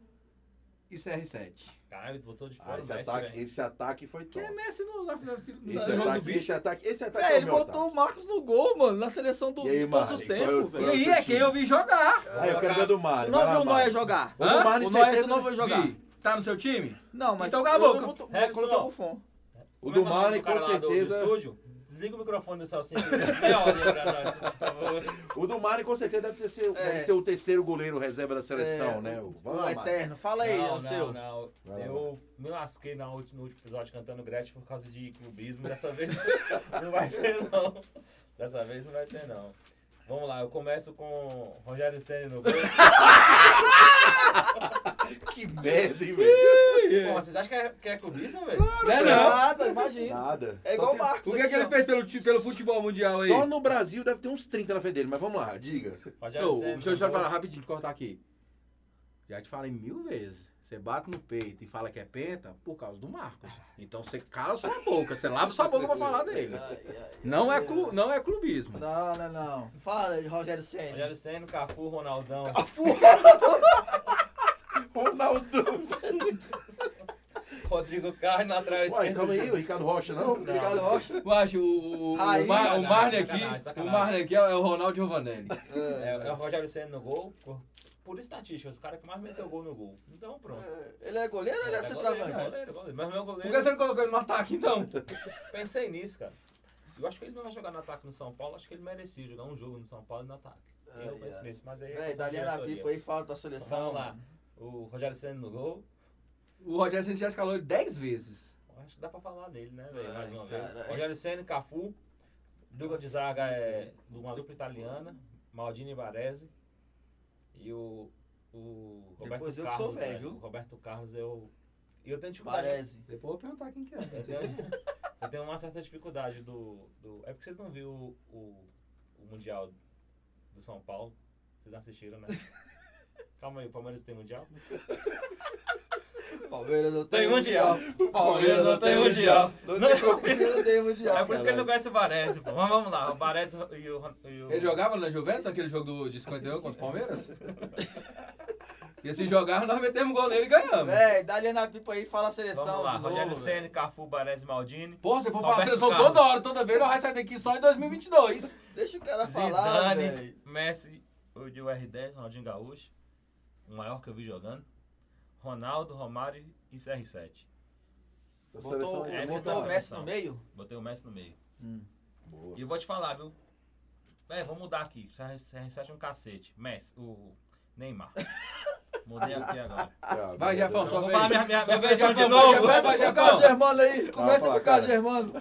Speaker 5: e CR7.
Speaker 4: Caralho, botou de fora
Speaker 2: Ah,
Speaker 4: o
Speaker 2: esse,
Speaker 4: Messi,
Speaker 2: ataque,
Speaker 4: velho.
Speaker 2: esse ataque foi
Speaker 5: Que
Speaker 2: top.
Speaker 5: é Messi no, na, na, na,
Speaker 2: Esse é
Speaker 5: no nome do
Speaker 2: ataque,
Speaker 5: bicho.
Speaker 2: esse ataque, esse ataque
Speaker 3: Velho,
Speaker 2: é
Speaker 3: ele
Speaker 2: o meu
Speaker 3: botou
Speaker 2: ataque.
Speaker 3: o Marcos no gol, mano. Na seleção do,
Speaker 2: E aí,
Speaker 3: de todos os
Speaker 2: Marley, qual é o
Speaker 3: tempos,
Speaker 5: E
Speaker 3: velho.
Speaker 5: aí é quem eu vi jogar.
Speaker 2: Ah, eu quero ver do Mário.
Speaker 3: Não
Speaker 2: vai lá,
Speaker 3: viu um- o Noia
Speaker 2: Mário.
Speaker 3: jogar.
Speaker 2: Vamos
Speaker 5: Hã?
Speaker 2: tomar
Speaker 3: O
Speaker 2: nisso
Speaker 3: Noia
Speaker 2: aí,
Speaker 3: não vai jogar.
Speaker 5: Vi. Tá no seu time?
Speaker 3: Não, mas.
Speaker 5: Então cala a
Speaker 3: eu- eu
Speaker 5: boca.
Speaker 3: boto-
Speaker 4: Rexon.
Speaker 3: coloquei o Buffon.
Speaker 2: O
Speaker 4: Como
Speaker 2: do
Speaker 4: é que é nome
Speaker 2: Marley,
Speaker 4: cara
Speaker 2: com
Speaker 4: lá do- do
Speaker 2: certeza.
Speaker 4: estúdio? Desliga o microfone do Salsinha. Meia hora pra nós, por favor.
Speaker 2: O do Mário, com certeza, deve ter ser, deve
Speaker 3: É.
Speaker 2: ser o terceiro goleiro reserva da seleção, né? O- Vamos
Speaker 3: Vai,
Speaker 2: lá, Mário.
Speaker 3: Eterno, fala aí,
Speaker 4: não,
Speaker 3: o
Speaker 4: não,
Speaker 3: seu.
Speaker 4: não.
Speaker 2: Vai lá,
Speaker 4: Eu me lasquei na última- no último episódio cantando Gretchen por causa de clubismo. Dessa vez não vai ter, não. Dessa vez não vai ter, não. Vamos lá, eu começo com Rogério Senna no gol.
Speaker 2: Que merda, hein, velho?
Speaker 4: Pô, vocês acham que é, que é clubismo, velho?
Speaker 5: Não é não.
Speaker 3: Nada, imagina.
Speaker 2: Nada.
Speaker 3: É
Speaker 2: Só
Speaker 3: igual o
Speaker 2: tem-
Speaker 3: Marcos.
Speaker 5: O que, é que
Speaker 3: aqui,
Speaker 5: ele
Speaker 3: ó.
Speaker 5: fez pelo, ti- pelo futebol mundial aí?
Speaker 2: Só no Brasil deve ter uns 30 na frente dele, mas vamos lá, diga.
Speaker 4: Rogério
Speaker 5: Ô,
Speaker 4: Ceni
Speaker 5: deixa eu
Speaker 4: no
Speaker 5: só
Speaker 4: gol.
Speaker 5: falar rapidinho, te cortar aqui. Já te falei mil vezes. Você bate no peito e fala que é penta por causa do Marcos. Então você cala sua boca, você lava sua boca pra falar dele.
Speaker 3: Ai, ai,
Speaker 5: Não é,
Speaker 3: ai,
Speaker 5: clu, não é clubismo.
Speaker 3: Não, não, não. Fala de Rogério Senna.
Speaker 4: Rogério Senna, Cafu, Ronaldão.
Speaker 2: Ronaldo.
Speaker 4: Rodrigo Carlos na
Speaker 2: Uai,
Speaker 4: trave esquerda.
Speaker 2: calma aí, o Ricardo Rocha, não?
Speaker 3: Ricardo Rocha.
Speaker 5: Eu acho o, o,
Speaker 3: Aí,
Speaker 5: o, Mar, o
Speaker 4: sacanagem,
Speaker 5: Marne aqui,
Speaker 4: sacanagem,
Speaker 5: o
Speaker 4: sacanagem.
Speaker 5: Marne aqui é o Ronaldo Giovanelli.
Speaker 4: É, é o Rogério Senna no gol. Por, por estatística, os caras que mais meteu gol no gol. Então pronto.
Speaker 3: Ele é goleiro ou ele é
Speaker 4: goleiro,
Speaker 3: centroavante?
Speaker 4: goleiro, goleiro. Mas meu
Speaker 5: Por que você
Speaker 4: goleiro,
Speaker 5: não colocou ele no ataque então?
Speaker 4: pensei nisso, cara. Eu acho que ele não vai jogar no ataque no São Paulo, acho que ele merecia jogar um jogo no São Paulo e no ataque. eu
Speaker 3: Ai,
Speaker 4: penso
Speaker 3: ai.
Speaker 4: nisso, mas aí... é
Speaker 3: Véi,
Speaker 4: questão
Speaker 3: dá
Speaker 4: de
Speaker 3: linha na
Speaker 4: diretoria.
Speaker 3: pipa aí, fala tua
Speaker 4: Então,
Speaker 3: seleção.
Speaker 4: Vamos lá. O Rogério Senna no gol.
Speaker 5: O Rogério Ceni já escalou ele 10 vezes.
Speaker 4: Eu Acho que dá pra falar dele, né, velho?
Speaker 3: Ai,
Speaker 4: Mais uma vez.
Speaker 3: caralho.
Speaker 4: Rogério Senna, Cafu. Dupla de zaga é de uma dupla italiana. Maldini e Baresi. E o, o Roberto
Speaker 3: Depois eu que
Speaker 4: Carlos.
Speaker 3: sou velho,
Speaker 4: né?
Speaker 3: viu?
Speaker 4: O Roberto Carlos, eu... E eu tenho dificuldade...
Speaker 3: Parece.
Speaker 5: Depois eu vou perguntar quem que é.
Speaker 4: Eu tenho, eu tenho uma certa dificuldade do, do... É porque vocês não viram o, o, o Mundial do São Paulo. Vocês não assistiram, né? Calma aí, o Palmeiras tem Mundial?
Speaker 3: Palmeiras não
Speaker 4: Tem mundial. O Palmeiras não tem mundial.
Speaker 2: Não
Speaker 4: Não.
Speaker 2: tem como.
Speaker 3: Palmeiras um não tem mundial.
Speaker 4: É por isso que ele não conhece o Varese, pô. Mas vamos lá, o Varese e o... e o-
Speaker 5: Ele jogava na Juventus, aquele jogo do, de 51 contra o Palmeiras? e se jogar, nós metemos gol nele e ganhamos.
Speaker 3: Véi, dá linha na pipa aí, fala a seleção.
Speaker 4: Vamos lá,
Speaker 3: de novo,
Speaker 4: Rogério
Speaker 3: velho.
Speaker 4: Senna, Cafu, Baresi, Maldini.
Speaker 5: Pô, se for falar
Speaker 4: Roberto
Speaker 5: seleção
Speaker 4: Carlos.
Speaker 5: toda hora, toda vez, nós vai sair daqui só em 2022.
Speaker 3: Deixa o cara falar,
Speaker 4: Zidane,
Speaker 3: velho.
Speaker 4: Messi, o de R10, Ronaldinho Gaúcho. O maior que eu vi jogando. Ronaldo, Romário e CR7.
Speaker 2: Essa
Speaker 3: Botou, tá
Speaker 2: seleção tá aí,
Speaker 4: Essa
Speaker 3: botou o
Speaker 2: monta-
Speaker 4: é
Speaker 3: Messi
Speaker 4: seleção.
Speaker 3: no meio?
Speaker 4: Botei o Messi no meio.
Speaker 2: Boa.
Speaker 4: E eu vou te falar, viu? É, vamos mudar aqui. CR7 é um cacete. Messi, o Neymar. Mudei aqui agora.
Speaker 2: Cara,
Speaker 5: Vai,
Speaker 2: meu Deus.
Speaker 5: Jefão, só
Speaker 4: Vou
Speaker 5: vem.
Speaker 4: falar minha- minha-
Speaker 5: Só
Speaker 4: minha
Speaker 5: vem,
Speaker 4: seleção
Speaker 5: Jefão,
Speaker 4: de novo.
Speaker 5: Jefão,
Speaker 3: Começa
Speaker 5: vai,
Speaker 3: com o
Speaker 5: Jefão.
Speaker 3: Carlos Germano aí. Começa com
Speaker 2: falar,
Speaker 3: o Carlos
Speaker 2: cara.
Speaker 3: Germano.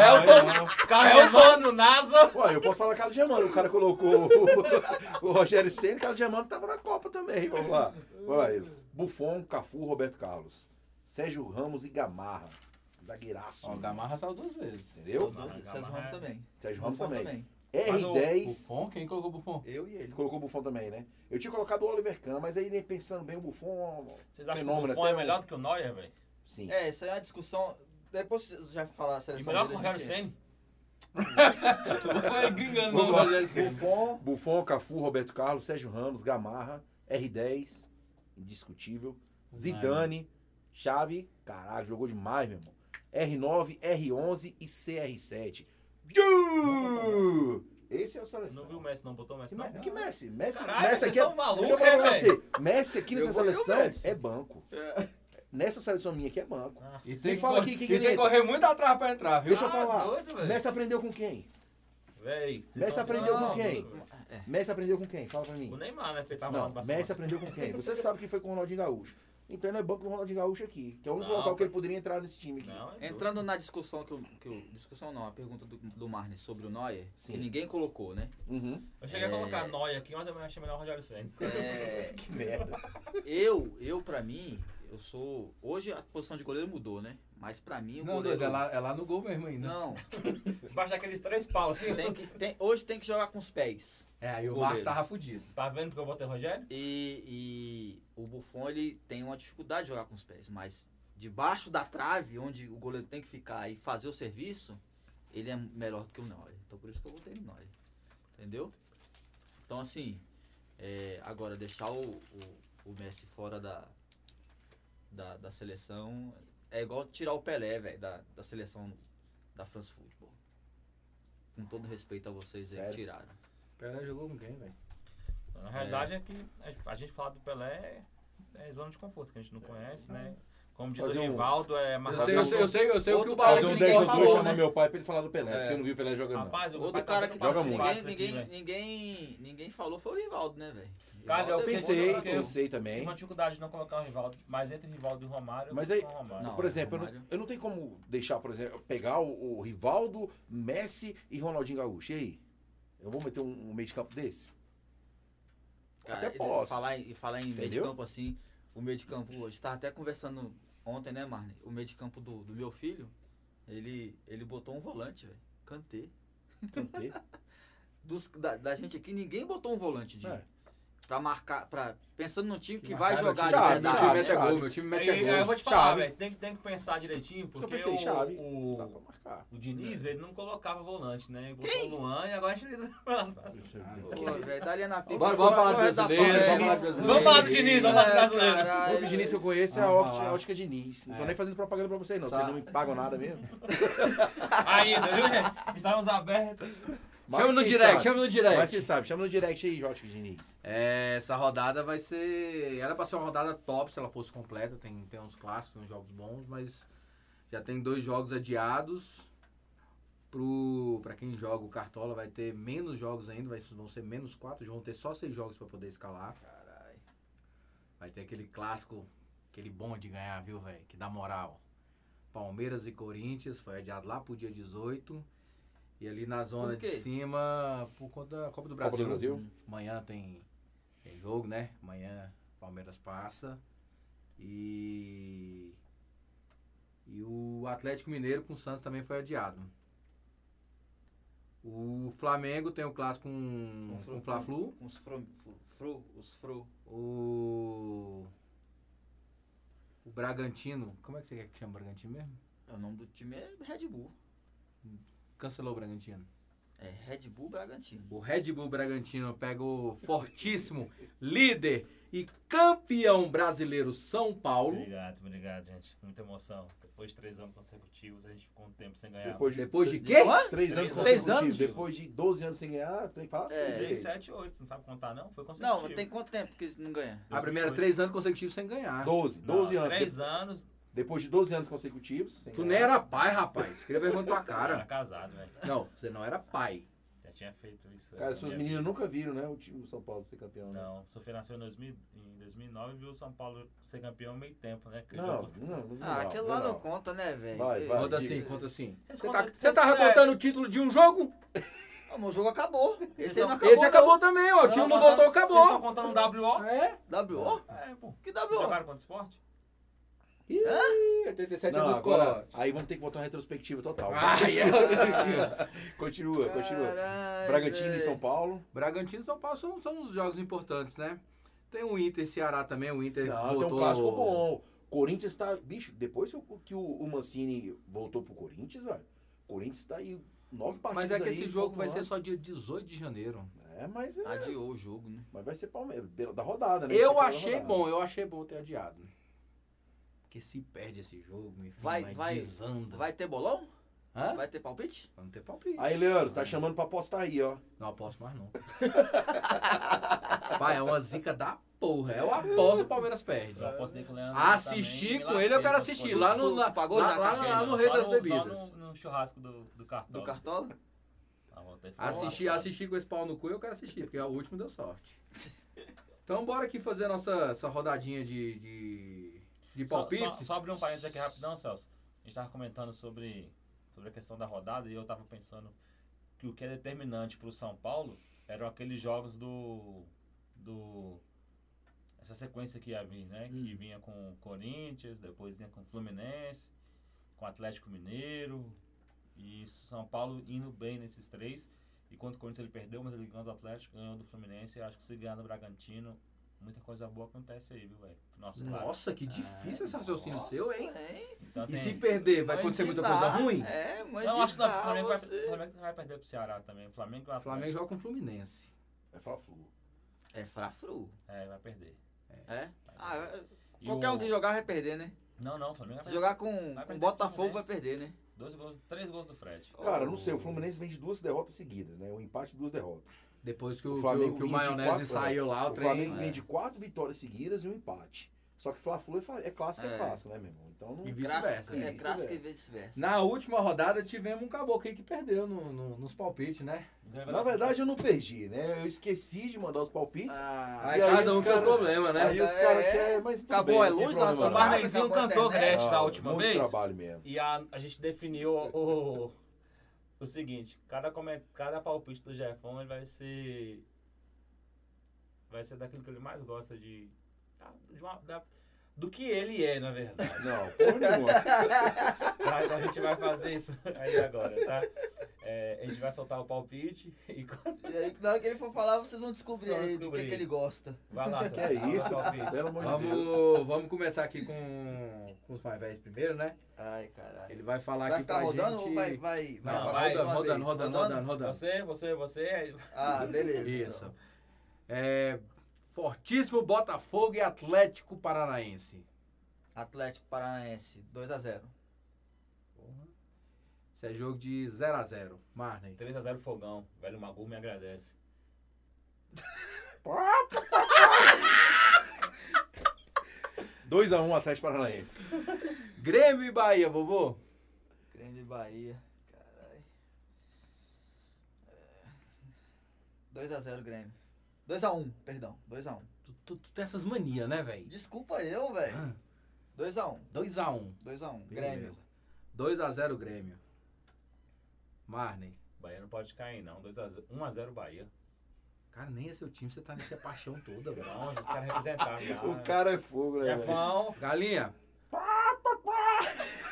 Speaker 5: É o Tom.
Speaker 4: Carlos Mano, NASA.
Speaker 2: Ó, eu posso falar Carlos Germano, o cara colocou o, o Rogério Senna, Carlos Germano tava na Copa também, vamos lá. Vamos lá, ele. Buffon, Cafu, Roberto Carlos, Sérgio Ramos e Gamarra, Zagueiraço.
Speaker 5: Ó, o Gamarra saiu duas vezes.
Speaker 2: Entendeu?
Speaker 3: Os dois,
Speaker 4: Não,
Speaker 3: César
Speaker 4: Gamarra
Speaker 3: Ramos
Speaker 4: é-
Speaker 3: também.
Speaker 2: Sérgio Ramos
Speaker 3: Buffon
Speaker 2: também. R10.
Speaker 5: Buffon, quem colocou Buffon?
Speaker 3: Eu e ele.
Speaker 2: Ele colocou o Buffon também, né? Eu tinha colocado o Oliver Kahn, mas aí, né, pensando bem, o Buffon...
Speaker 4: Vocês acham que
Speaker 2: Fenômeno,
Speaker 4: o Buffon é
Speaker 2: até o-
Speaker 4: melhor do que o Neuer, velho?
Speaker 2: Sim.
Speaker 3: É, isso aí é uma discussão. Depois você já falar a
Speaker 4: E
Speaker 3: seleção.
Speaker 4: melhor que o
Speaker 3: dele, né,
Speaker 4: Harry
Speaker 3: gente.
Speaker 4: Senna?
Speaker 5: Não vai gringando
Speaker 2: Vamos
Speaker 5: não,
Speaker 2: lá.
Speaker 5: Rogério
Speaker 3: assim.
Speaker 5: Ceni.
Speaker 3: Buffon.
Speaker 2: Buffon, Cafu, Roberto Carlos, Sérgio Ramos, Gamarra, R10, indiscutível. Zidane, Chave, caralho, jogou demais, meu irmão. R9, R11 e CR7. Ju! Esse é o seleção.
Speaker 4: Não viu o Messi, não. Botou o Messi,
Speaker 2: Que,
Speaker 4: não?
Speaker 2: me- que Messi? Messi,
Speaker 4: Caralho,
Speaker 2: Messi
Speaker 4: vocês
Speaker 2: aqui é...
Speaker 4: são malucos,
Speaker 2: Deixa eu falar pra
Speaker 4: né,
Speaker 2: você. Messi aqui nessa
Speaker 3: Eu vou ver o
Speaker 2: seleção
Speaker 3: Messi.
Speaker 2: é banco.
Speaker 3: É.
Speaker 2: Nessa seleção minha aqui é banco.
Speaker 4: Nossa.
Speaker 5: E
Speaker 2: Me
Speaker 5: tem que,
Speaker 2: fala
Speaker 5: cor-
Speaker 2: aqui, quem
Speaker 5: e
Speaker 2: que
Speaker 5: tem
Speaker 2: ele-
Speaker 5: que correr muito atrás pra entrar, viu?
Speaker 2: Deixa eu
Speaker 4: Ah,
Speaker 2: falar.
Speaker 4: doido, velho.
Speaker 2: Messi aprendeu com quem?
Speaker 4: Véi, vocês
Speaker 2: Messi
Speaker 4: são
Speaker 2: aprendeu
Speaker 4: doido,
Speaker 2: com quem?
Speaker 4: velho.
Speaker 2: Messi aprendeu com quem? Fala pra mim.
Speaker 4: O Neymar, né? Porque ele tava lá
Speaker 2: Não,
Speaker 4: no Barcelona.
Speaker 2: Messi aprendeu com quem? Você sabe que foi com o Ronaldinho Gaúcho. Então ele é banco do Ronaldinho Gaúcho aqui. Que é o único
Speaker 4: Não,
Speaker 2: local que
Speaker 4: cara.
Speaker 2: ele poderia entrar nesse time aqui.
Speaker 4: Não, é doido.
Speaker 3: Entrando na discussão que o. Que o discussão não, a pergunta do, do Marne sobre o Neuer,
Speaker 2: Sim.
Speaker 3: que ninguém colocou, né?
Speaker 2: Uhum.
Speaker 4: Eu cheguei a
Speaker 3: É.
Speaker 4: colocar Neuer aqui, mas eu achei melhor o Rogério Senna.
Speaker 3: É,
Speaker 2: Que merda.
Speaker 3: eu, eu pra mim, eu sou. Hoje a posição de goleiro mudou, né? Mas pra mim o
Speaker 5: Não,
Speaker 3: goleiro.
Speaker 5: doido, é lá, é lá no gol mesmo ainda.
Speaker 3: Não,
Speaker 4: Baixa aqueles três pau assim.
Speaker 3: tem que, tem, hoje tem que jogar com os pés.
Speaker 5: É, aí o
Speaker 3: Goleiro.
Speaker 5: Marcos tava fudido.
Speaker 4: Tá vendo porque eu botei o Rogério?
Speaker 3: E, e o Buffon ele tem uma dificuldade de jogar com os pés, mas debaixo da trave, onde o goleiro tem que ficar e fazer o serviço, ele é melhor do que o Neuer. Então por isso que eu botei no Neuer. Entendeu? Então assim, é, agora deixar o, o- o Messi fora da, da, da seleção é igual tirar o Pelé, velho, da, da seleção da France Football. Com todo respeito a vocês aí,
Speaker 2: Sério?
Speaker 3: que tiraram.
Speaker 5: Pelé jogou com quem, velho?
Speaker 4: Na realidade é, que a- a gente falar do Pelé é, é zona de conforto, que a gente não conhece, né? Como diz
Speaker 2: Fazer
Speaker 4: o
Speaker 2: um-
Speaker 4: Rivaldo, é
Speaker 5: Eu sei, eu sei, eu sei, eu sei o que o
Speaker 3: Outro
Speaker 5: Barra
Speaker 2: Fazer
Speaker 3: que
Speaker 2: um
Speaker 3: ninguém
Speaker 2: 10 para 2
Speaker 3: falou,
Speaker 2: chamar
Speaker 3: né?
Speaker 2: meu pai pra ele falar do Pelé,
Speaker 3: É.
Speaker 2: porque eu não vi o Pelé jogando. não.
Speaker 4: Rapaz, o
Speaker 3: Outro
Speaker 4: pai
Speaker 3: cara
Speaker 4: tá
Speaker 3: que
Speaker 2: Joga
Speaker 4: preocupado
Speaker 2: muito.
Speaker 4: com
Speaker 3: ninguém,
Speaker 4: isso aqui, né?
Speaker 3: ninguém,
Speaker 4: velho.
Speaker 3: ninguém, ninguém falou foi o Rivaldo, né, velho?
Speaker 4: Cara, eu
Speaker 3: Rivaldo é
Speaker 2: Pensei,
Speaker 3: bom jogador.
Speaker 2: pensei
Speaker 4: Tive
Speaker 2: também.
Speaker 4: uma dificuldade de não colocar o Rivaldo, mas entre Rivaldo e Romário, eu
Speaker 2: Mas
Speaker 4: vou
Speaker 2: aí-
Speaker 4: com o Romário.
Speaker 3: Não,
Speaker 2: por exemplo, eu não,
Speaker 3: Romário.
Speaker 2: eu não tenho como deixar, por exemplo, pegar o, o Rivaldo, Messi e Ronaldinho Gaúcho. E aí? Eu vou meter um, um meio de campo desse?
Speaker 3: Cara,
Speaker 2: até posso.
Speaker 3: E falar, em- e falar em meio de
Speaker 2: Entendeu?
Speaker 3: campo assim, o meio de campo hoje. Tava até conversando ontem, né, Marne? O meio de campo do, do meu filho, ele, ele botou um volante, velho. Cantei.
Speaker 2: Cantei.
Speaker 3: Dos, da, da gente aqui, ninguém botou um volante de.
Speaker 2: É.
Speaker 3: Pra marcar, pra, pensando no time que, vai
Speaker 5: Marcaram,
Speaker 3: jogar
Speaker 2: time-
Speaker 3: de
Speaker 2: Chave,
Speaker 5: Meu
Speaker 3: verdade.
Speaker 5: time
Speaker 2: chave,
Speaker 5: mete a
Speaker 2: chave.
Speaker 5: gol, meu time mete a
Speaker 4: Aí, aí eu vou
Speaker 5: gol.
Speaker 4: te falar,
Speaker 2: Chave.
Speaker 4: velho, tem, tem que pensar direitinho,
Speaker 2: que eu
Speaker 4: porque
Speaker 2: pensei,
Speaker 4: o,
Speaker 2: chave.
Speaker 4: o,
Speaker 2: Dá pra É. marcar.
Speaker 4: o Diniz, ele não colocava volante, né? Ele botou o Luan e agora a gente...
Speaker 3: Pô, velho, daria na pica.
Speaker 5: Bora- bora falar do
Speaker 3: Corre da
Speaker 5: brasileiro,
Speaker 3: bola, é.
Speaker 2: vamos falar do
Speaker 4: brasileiro. Vamos falar do Diniz, vamos falar do
Speaker 3: É,
Speaker 4: brasileiro.
Speaker 2: O
Speaker 3: caralho.
Speaker 2: único Diniz que eu conheço é a
Speaker 5: Vamos
Speaker 2: óptica,
Speaker 5: falar.
Speaker 2: a óptica Diniz. Não tô
Speaker 5: É.
Speaker 2: nem fazendo propaganda pra vocês, não.
Speaker 5: Só-
Speaker 2: Vocês não me pagam nada mesmo.
Speaker 4: Ainda, tá viu, gente? Estávamos abertos.
Speaker 2: Mas
Speaker 5: Chama no
Speaker 2: quem
Speaker 5: direct,
Speaker 2: sabe?
Speaker 5: chama no
Speaker 2: Mas quem
Speaker 5: direct.
Speaker 2: sabe, chama no direct aí, Ótica Diniz.
Speaker 5: É, essa rodada vai ser. Era pra ser uma rodada top se ela fosse completa. Tem, tem uns clássicos, tem uns jogos bons, mas já tem dois jogos adiados. Pro, pra quem joga o Cartola, vai ter menos jogos ainda, vai, vão ser menos quatro, vão ter só seis jogos pra poder escalar.
Speaker 3: Caralho.
Speaker 5: Vai ter aquele clássico, aquele bom de ganhar, viu, velho? Que dá moral. Palmeiras e Corinthians, foi adiado lá pro dia 18. E ali na zona
Speaker 3: Por
Speaker 5: de
Speaker 3: quê?
Speaker 5: cima, por conta da Copa do Brasil.
Speaker 2: Copa do Brasil.
Speaker 5: Amanhã tem, tem jogo, né? Amanhã Palmeiras passa. E. E o Atlético Mineiro com o Santos também foi adiado. O Flamengo tem o clássico com, com o Fla-Flu.
Speaker 3: Com Os fro, fru- fru, os fru.
Speaker 5: O. O Bragantino. Como é que você quer que chame o Bragantino mesmo?
Speaker 3: O nome do time é Red Bull.
Speaker 5: Cancelou o Bragantino.
Speaker 3: É Red Bull Bragantino.
Speaker 5: O Red Bull Bragantino pega o fortíssimo líder e campeão brasileiro São Paulo.
Speaker 4: Obrigado, obrigado, gente. Muita emoção. Depois de três anos consecutivos, a gente ficou um tempo sem ganhar.
Speaker 2: Depois de,
Speaker 5: Depois de quê?
Speaker 3: Hã?
Speaker 2: três anos
Speaker 4: Três
Speaker 2: consecutivos.
Speaker 3: anos?
Speaker 2: Depois de 12 anos sem ganhar, tem que falar assim.
Speaker 3: É.
Speaker 4: Seis,
Speaker 2: né?
Speaker 4: sete, oito. Não sabe contar, não? Foi consecutivo.
Speaker 3: Não, mas tem quanto tempo que eles não ganham?
Speaker 5: A primeira, três anos consecutivos sem ganhar.
Speaker 2: 12,
Speaker 4: Não,
Speaker 2: 12 anos.
Speaker 4: Três
Speaker 2: De-
Speaker 4: anos,
Speaker 2: depois de 12 anos consecutivos. sem
Speaker 5: Tu
Speaker 2: ganhar.
Speaker 5: nem era pai, rapaz. Queria vergonha na tua
Speaker 4: cara. era
Speaker 5: cara.
Speaker 4: casado, velho.
Speaker 5: Não, você não era pai.
Speaker 4: Já tinha feito isso.
Speaker 2: Cara,
Speaker 4: na
Speaker 2: seus
Speaker 4: minha
Speaker 2: meninos
Speaker 4: vida.
Speaker 2: nunca viram, né? O time do São Paulo ser campeão. né?
Speaker 4: Não, o Sofia nasceu em, 2000, em 2009 e viu o São Paulo ser campeão meio tempo, né? Que
Speaker 2: Não, não,
Speaker 4: jogou-
Speaker 2: não. não,
Speaker 3: Ah,
Speaker 2: não,
Speaker 3: aquele lá não
Speaker 2: não.
Speaker 3: conta, né, velho?
Speaker 2: Vai,
Speaker 3: Ei,
Speaker 2: vai.
Speaker 5: Conta
Speaker 2: diga.
Speaker 5: assim, conta assim.
Speaker 4: Vocês
Speaker 5: Você,
Speaker 4: contam-
Speaker 5: tá- você
Speaker 4: vocês é,
Speaker 5: tava
Speaker 4: fizeram-
Speaker 5: contando o título de um jogo?
Speaker 3: Ah, mas o jogo acabou. Esse aí não acabou.
Speaker 5: Esse acabou também, ó. O time não voltou,
Speaker 4: Vocês estão
Speaker 5: acabou.
Speaker 4: contando o WO?
Speaker 5: É?
Speaker 3: não. WO?
Speaker 4: É, pô.
Speaker 3: Que
Speaker 4: Vocês
Speaker 3: WO?
Speaker 4: Jogaram contra o esporte?
Speaker 5: Ih, 87
Speaker 2: Não,
Speaker 5: anos
Speaker 2: agora,
Speaker 5: escola.
Speaker 2: aí vamos ter que botar uma retrospectiva total.
Speaker 5: é Ai, é Bragantino.
Speaker 2: Continua, continua.
Speaker 3: Caralho,
Speaker 2: Bragantino e São
Speaker 3: velho.
Speaker 2: Paulo.
Speaker 5: Bragantino e São Paulo são, são os jogos importantes, né? Tem o Inter e Ceará também, o Inter
Speaker 2: Não,
Speaker 5: botou...
Speaker 2: tem um clássico bom. Corinthians tá. Bicho, depois que o, que o- o Mancini voltou pro Corinthians, velho. Corinthians tá aí nove partidas.
Speaker 5: Mas é que
Speaker 2: aí,
Speaker 5: esse jogo vai ser
Speaker 2: pontuando.
Speaker 5: só dia 18 de janeiro.
Speaker 2: É, mas, é,
Speaker 3: Adiou o jogo, né?
Speaker 2: mas vai ser Palmeiras. pela- Da rodada, né? Você
Speaker 5: Eu
Speaker 2: fala da
Speaker 5: achei
Speaker 2: rodada.
Speaker 5: bom, eu achei bom ter adiado. Porque se perde esse jogo, me
Speaker 3: Vai- vai-
Speaker 5: desanda.
Speaker 3: Vai ter bolão?
Speaker 5: Hã?
Speaker 3: Vai ter palpite?
Speaker 5: Vai não ter palpite.
Speaker 2: Aí, Leandro, tá chamando pra apostar aí, ó.
Speaker 5: Não aposto mais, não. Pai, é uma zica da porra. Eu aposto o Palmeiras perde.
Speaker 4: Eu apostei com o Leandro.
Speaker 5: Assistir
Speaker 4: também,
Speaker 5: com
Speaker 4: me
Speaker 5: ele eu quero
Speaker 4: lasquei,
Speaker 5: assistir.
Speaker 4: pô.
Speaker 5: Lá no,
Speaker 3: Tu
Speaker 5: na,
Speaker 3: pagou
Speaker 5: lá,
Speaker 3: já a
Speaker 5: lá,
Speaker 3: caixinha,
Speaker 5: lá
Speaker 3: não?
Speaker 5: no Rei
Speaker 4: Só
Speaker 5: das
Speaker 4: no-
Speaker 5: Bebidas.
Speaker 4: Só no, no churrasco do, do cartão.
Speaker 3: Do Cartola?
Speaker 4: Ah, voltei fora.
Speaker 5: Assistir, assistir com esse pau no cu eu quero assistir, porque é o último deu sorte. Então bora aqui fazer a nossa essa rodadinha de, de, de
Speaker 4: Só,
Speaker 5: palpites.
Speaker 4: só, só abrir um parênteses aqui rapidão, Celso. A gente tava comentando sobre, sobre a questão da rodada e eu tava pensando que o que é determinante pro São Paulo eram aqueles jogos do. do essa sequência que ia vir, né?
Speaker 5: Hum.
Speaker 4: Que vinha com o Corinthians, depois vinha com o Fluminense, com o Atlético Mineiro. E São Paulo indo bem nesses três. E quando o Corinthians ele perdeu, mas ele ganhou do Atlético, ganhou do Fluminense. Eu acho que se ganhar do Bragantino, muita coisa boa acontece aí, viu, velho? Nosso lado.
Speaker 5: Nossa, que difícil esse raciocínio
Speaker 3: Nossa,
Speaker 5: seu, hein?
Speaker 4: Então
Speaker 5: E
Speaker 4: tem-
Speaker 5: se perder, vai
Speaker 3: Mãe
Speaker 5: acontecer
Speaker 3: de
Speaker 5: muita
Speaker 3: Ná.
Speaker 5: coisa ruim?
Speaker 3: É, mãe
Speaker 4: Não,
Speaker 3: de
Speaker 4: acho que não.
Speaker 3: Ná,
Speaker 4: O Flamengo, vai,
Speaker 3: você-
Speaker 4: o Flamengo vai perder pro Ceará também. O Flamengo,
Speaker 5: O Flamengo joga com o Fluminense.
Speaker 2: É Fla-Flu.
Speaker 3: É frafru.
Speaker 4: É, vai perder.
Speaker 3: É? Ah,
Speaker 4: E
Speaker 3: qualquer
Speaker 4: o-
Speaker 3: um que jogar vai perder, né?
Speaker 4: Não, não, o Flamengo vai
Speaker 3: Se
Speaker 4: perder.
Speaker 3: jogar com,
Speaker 4: Vai
Speaker 3: com
Speaker 4: perder
Speaker 3: Botafogo vai
Speaker 4: pro
Speaker 3: perder, né?
Speaker 4: Dois gols, três gols do Fred.
Speaker 2: Cara, eu
Speaker 3: Oh.
Speaker 2: não sei, o Fluminense vem de duas derrotas seguidas, né? Um empate e duas derrotas.
Speaker 5: Depois que
Speaker 2: O
Speaker 5: o, que o-
Speaker 2: Flamengo
Speaker 5: que o
Speaker 2: 24,
Speaker 5: maionese
Speaker 2: é.
Speaker 5: saiu lá, o,
Speaker 2: O
Speaker 5: trem.
Speaker 2: Flamengo
Speaker 5: é.
Speaker 2: vem de quatro vitórias seguidas e um empate. Só que Fla-Flu é, fa- é clássico, é.
Speaker 3: É.
Speaker 2: clássico, né, meu irmão? Então não.
Speaker 5: E vice- Vice-versa,
Speaker 3: Clássico, é
Speaker 2: vice-versa.
Speaker 3: clássico e vice-versa.
Speaker 5: Na última rodada tivemos um caboclo aí que perdeu no- no- nos palpites, né?
Speaker 2: Na verdade, eu não perdi, né? Eu esqueci de mandar os palpites.
Speaker 3: Ah,
Speaker 5: Aí
Speaker 2: E aí
Speaker 5: cada
Speaker 2: os
Speaker 5: um com seu
Speaker 2: cara-
Speaker 5: problema, né?
Speaker 2: Aí os
Speaker 3: É,
Speaker 2: caras
Speaker 3: é.
Speaker 2: querem, mas tudo
Speaker 3: Acabou,
Speaker 2: bem,
Speaker 3: é
Speaker 2: não tem
Speaker 3: luz lá,
Speaker 2: problema
Speaker 4: o
Speaker 3: sua
Speaker 2: não.
Speaker 3: barra
Speaker 4: Barneyzinho
Speaker 3: acabou a
Speaker 4: cantou
Speaker 3: internet.
Speaker 4: Gretchen da última
Speaker 2: muito
Speaker 4: vez.
Speaker 2: trabalho mesmo.
Speaker 4: E a, a gente definiu o, o, o seguinte: cada, comen- cada palpite do Jefão ele vai ser. Vai ser daquilo que ele mais gosta de. ah, de uma- da- do que ele é, na verdade.
Speaker 2: Não, porra nenhuma.
Speaker 4: Tá, então a gente vai fazer isso aí agora, tá? É, a gente vai soltar o palpite e quando-
Speaker 3: E aí, na hora que ele for falar, vocês vão descobrir
Speaker 4: Vamos
Speaker 3: aí do que,
Speaker 4: descobrir.
Speaker 3: que ele gosta.
Speaker 4: vai lá,
Speaker 2: que é
Speaker 4: Sandro,
Speaker 2: isso?
Speaker 4: solta o palpite.
Speaker 2: Pelo amor de Deus.
Speaker 5: Vamos, vamos começar aqui com, com os mais velhos primeiro, né?
Speaker 3: Ai, caralho.
Speaker 5: Ele vai falar
Speaker 3: Vai
Speaker 5: aqui
Speaker 3: ficar
Speaker 5: pra
Speaker 3: rodando
Speaker 5: gente.
Speaker 3: ou vai, vai, vai
Speaker 5: Não,
Speaker 3: falar
Speaker 4: vai,
Speaker 3: de uma
Speaker 5: rodando, rodando,
Speaker 3: vez?
Speaker 5: rodando, rodando, rodando.
Speaker 4: Você, você, você. é aí-
Speaker 3: Ah, beleza. então.
Speaker 5: Isso. É, fortíssimo Botafogo e Atlético Paranaense.
Speaker 3: Atlético Paranaense, 2x0.
Speaker 5: Isso é jogo de 0 a 0 Marney.
Speaker 4: 3x0 Fogão. Velho Magu me agradece.
Speaker 2: Dois a um, Atlético Paranaense.
Speaker 5: Grêmio e Bahia, vovô.
Speaker 3: Grêmio e Bahia. Caralho. É. 2x0 Grêmio. 2x1, perdão. 2x1.
Speaker 5: Tu, tu- tu tem essas manias, né, velho?
Speaker 3: Desculpa eu, velho. 2x1.
Speaker 5: 2x1.
Speaker 3: 2x1. Grêmio.
Speaker 5: 2x0 Grêmio. Marney.
Speaker 4: Bahia não pode cair, não. 2x0, 1x0 Bahia.
Speaker 5: Cara, nem é seu time, você tá nessa paixão toda, velho.
Speaker 4: Não, os caras representaram.
Speaker 3: Ah,
Speaker 4: já.
Speaker 2: O cara é fogo, né, velho?
Speaker 4: Jefão.
Speaker 5: Galinha,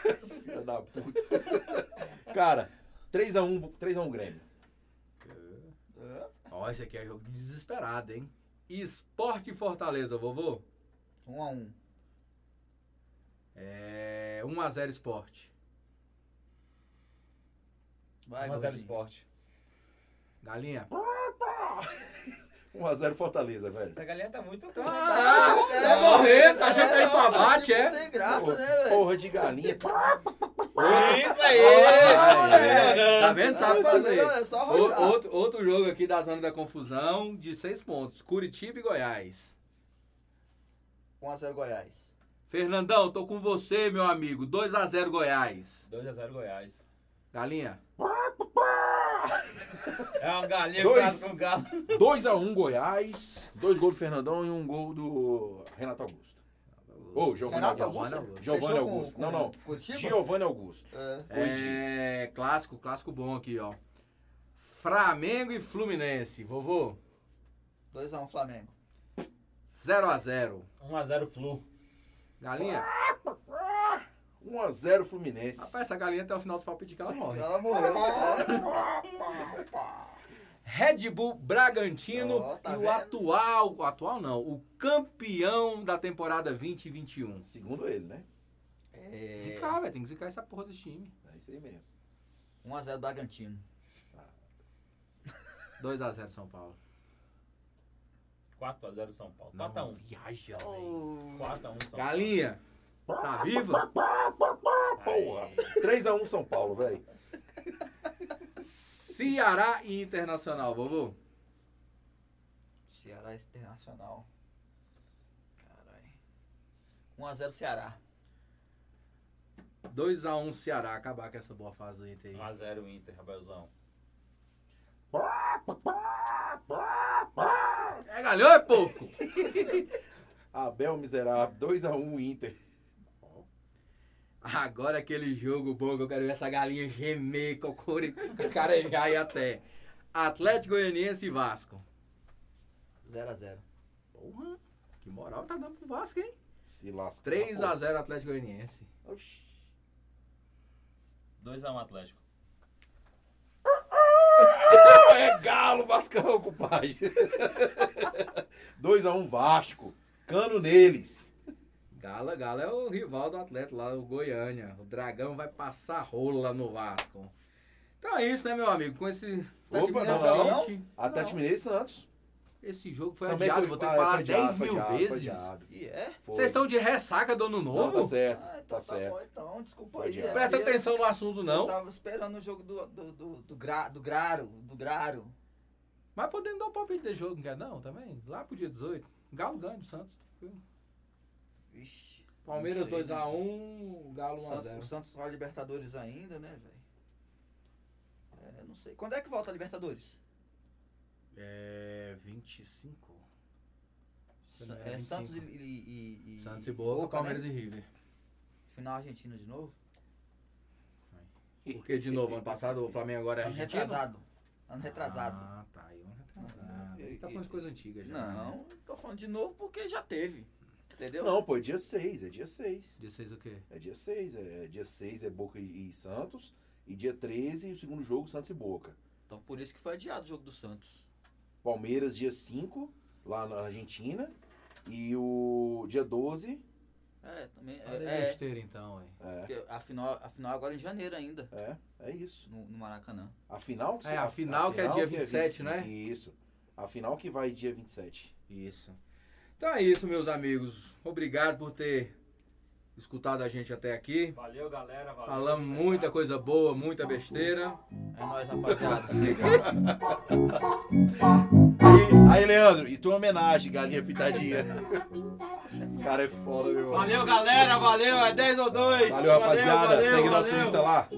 Speaker 2: Esse Filho da puta. Cara, 3x1, 3x1 Grêmio.
Speaker 5: Ó, esse aqui é jogo desesperado, hein? Esporte e Fortaleza, vovô.
Speaker 3: 1x1.
Speaker 5: É. 1x0 Esporte.
Speaker 3: Vai,
Speaker 4: 1x0
Speaker 3: Gordinho.
Speaker 4: Esporte.
Speaker 5: Galinha.
Speaker 2: 1x0 Fortaleza, velho.
Speaker 4: Essa galinha tá muito.
Speaker 3: Ah,
Speaker 5: vai morrer, tá
Speaker 3: é,
Speaker 5: achando que tá indo pra bate, é?
Speaker 3: Sem graça, né, velho?
Speaker 2: Porra de galinha.
Speaker 4: É Isso aí!
Speaker 5: Tá vendo? Sabe
Speaker 3: Ah,
Speaker 5: fazer.
Speaker 3: não, É só
Speaker 5: O-
Speaker 3: rochar.
Speaker 5: outro, outro jogo aqui da Zona da Confusão de 6 pontos. Curitiba e Goiás.
Speaker 3: 1x0 Goiás.
Speaker 5: Fernandão, tô com você, meu amigo. 2x0 Goiás.
Speaker 4: 2x0 Goiás.
Speaker 5: Galinha.
Speaker 4: É uma galinha
Speaker 2: Dois.
Speaker 4: que sabe com galo.
Speaker 2: 2x1 Goiás. Dois gols do Fernandão e um gol do Renato Augusto. Ô, Giovanni
Speaker 3: Renato
Speaker 2: Augusto.
Speaker 5: Augusto.
Speaker 2: Giovanni
Speaker 3: Fechou com-
Speaker 2: Augusto.
Speaker 3: com
Speaker 2: Não, não.
Speaker 3: Curitiba?
Speaker 2: Giovanni Augusto.
Speaker 3: É.
Speaker 5: É, clássico, clássico bom aqui, ó. Flamengo e Fluminense, vovô.
Speaker 3: 2x1 Flamengo.
Speaker 5: 0x0.
Speaker 4: 1x0 Flu.
Speaker 5: Galinha.
Speaker 2: 1x0 Fluminense.
Speaker 5: Rapaz, essa galinha até o final do palpite que ela morre.
Speaker 6: Ela morreu.
Speaker 5: Red Bull Bragantino
Speaker 6: Ó, tá
Speaker 5: e o
Speaker 6: vendo?
Speaker 5: atual, o atual não, o campeão da temporada 2021.
Speaker 2: Segundo ele, né?
Speaker 5: É... um. Zicar, velho, tem que zicar essa porra desse time.
Speaker 2: É isso aí mesmo.
Speaker 3: 1x0 Bragantino.
Speaker 5: 2x0 São Paulo.
Speaker 4: 4x0 São Paulo.
Speaker 5: Não,
Speaker 4: 4x1.
Speaker 5: Viaja, velho.
Speaker 6: Oh.
Speaker 4: 4x1 São
Speaker 5: Galinha, tá viva?
Speaker 4: Paulo.
Speaker 2: Porra!
Speaker 4: Aí.
Speaker 2: 3x1 São Paulo, velho.
Speaker 5: Ceará e Internacional, vovô.
Speaker 3: Ceará Internacional. Caralho. 1x0 Ceará.
Speaker 5: 2x1 Ceará, acabar com essa boa fase do Inter aí.
Speaker 4: 1x0 Inter, Rabelzão.
Speaker 5: É galhão, é pouco!
Speaker 2: Abel Miserável, 2x1 Inter.
Speaker 5: Agora aquele jogo bom que eu quero ver essa galinha gemer, cocore, carejar e até. Atlético Goianiense e Vasco.
Speaker 3: 0x0.
Speaker 5: Porra, que moral tá dando pro Vasco, hein?
Speaker 2: Se lasca.
Speaker 5: 3x0 Atlético Goianiense.
Speaker 4: 2x1 Atlético.
Speaker 2: É galo, Vascão, compadre. 2x1 Vasco. Cano neles.
Speaker 5: Gala, Gala é o rival do Atlético lá, o Goiânia. O Dragão vai passar rolo lá no Vasco. Então é isso, né, meu amigo? Com esse. com esse
Speaker 2: Opa,
Speaker 5: Minas
Speaker 2: não,
Speaker 5: Gerais,
Speaker 2: Atlético Mineiro e Santos.
Speaker 5: Esse jogo foi
Speaker 2: Também
Speaker 5: adiado,
Speaker 2: foi-
Speaker 5: vou ter que
Speaker 2: ah,
Speaker 5: falar
Speaker 2: foi
Speaker 5: 10
Speaker 2: adiado, foi
Speaker 5: mil
Speaker 2: adiado, foi
Speaker 5: vezes.
Speaker 2: adiado.
Speaker 3: E é?
Speaker 2: Foi.
Speaker 5: Vocês estão de ressaca do ano
Speaker 2: Não,
Speaker 5: novo?
Speaker 2: tá certo,
Speaker 3: Ah, então
Speaker 2: tá certo.
Speaker 3: bom, então, desculpa
Speaker 2: Foi
Speaker 3: aí. é
Speaker 2: adiado.
Speaker 3: Tá-
Speaker 5: Presta
Speaker 3: porque
Speaker 5: atenção no assunto,
Speaker 3: Eu
Speaker 5: não.
Speaker 3: tava esperando o jogo do, do, do, do, gra, do Graro, do Graro.
Speaker 5: Mas podemos dar um palpite de jogo, não quer não? Também? Lá pro dia 18. Galo ganha do Santos. tá tranquilo.
Speaker 3: Vixe.
Speaker 5: Palmeiras
Speaker 3: Não sei,
Speaker 5: 2x1, Galo
Speaker 3: O Santos, um o
Speaker 5: 1x0.
Speaker 3: Santos vai Libertadores ainda, né, velho? É, não sei. Quando é que volta a Libertadores?
Speaker 5: É 25.
Speaker 3: Sa- É, Santos e, e, e-
Speaker 5: Santos e Boca, Palmeiras
Speaker 3: né?
Speaker 5: e River.
Speaker 3: Final Argentina de novo?
Speaker 5: Porque, de novo, ano passado o Flamengo agora é
Speaker 3: Ano
Speaker 5: argentino.
Speaker 3: retrasado. Ano retrasado.
Speaker 5: Ah, tá. Aí ano
Speaker 3: Ah,
Speaker 5: retrasado. Você tá
Speaker 3: e-
Speaker 5: falando de coisa antiga já. né?
Speaker 3: Não, tô falando de novo porque já teve. Entendeu?
Speaker 2: Não, pô, é dia 6, é dia 6.
Speaker 5: 16 o quê?
Speaker 2: É dia 6, é, é dia 6 é Boca e, e Santos. E dia 13, o segundo jogo, Santos e Boca.
Speaker 3: Então por isso que foi adiado o jogo do Santos.
Speaker 2: Palmeiras, dia 5, lá na Argentina. E o dia 12,
Speaker 3: É, também.
Speaker 5: Olha
Speaker 3: É, é,
Speaker 5: besteira então, hein?
Speaker 2: é,
Speaker 3: porque a final, a final agora é em janeiro ainda,
Speaker 2: é, é isso.
Speaker 3: no, no Maracanã.
Speaker 2: A final que
Speaker 5: É, a final que é dia 27, né?
Speaker 2: Isso. A final que vai dia 27.
Speaker 5: Isso. Então é isso, meus amigos. Obrigado por ter escutado a gente até aqui.
Speaker 4: Valeu, galera. Valeu.
Speaker 5: Falamos muita coisa boa, muita besteira.
Speaker 3: É nóis, rapaziada.
Speaker 2: E, aí, Leandro, e tua homenagem, galinha pitadinha. Esse cara é foda, meu.
Speaker 1: Valeu, galera. Valeu. É 10 ou 2.
Speaker 2: Valeu, rapaziada. Segue nosso Insta lá.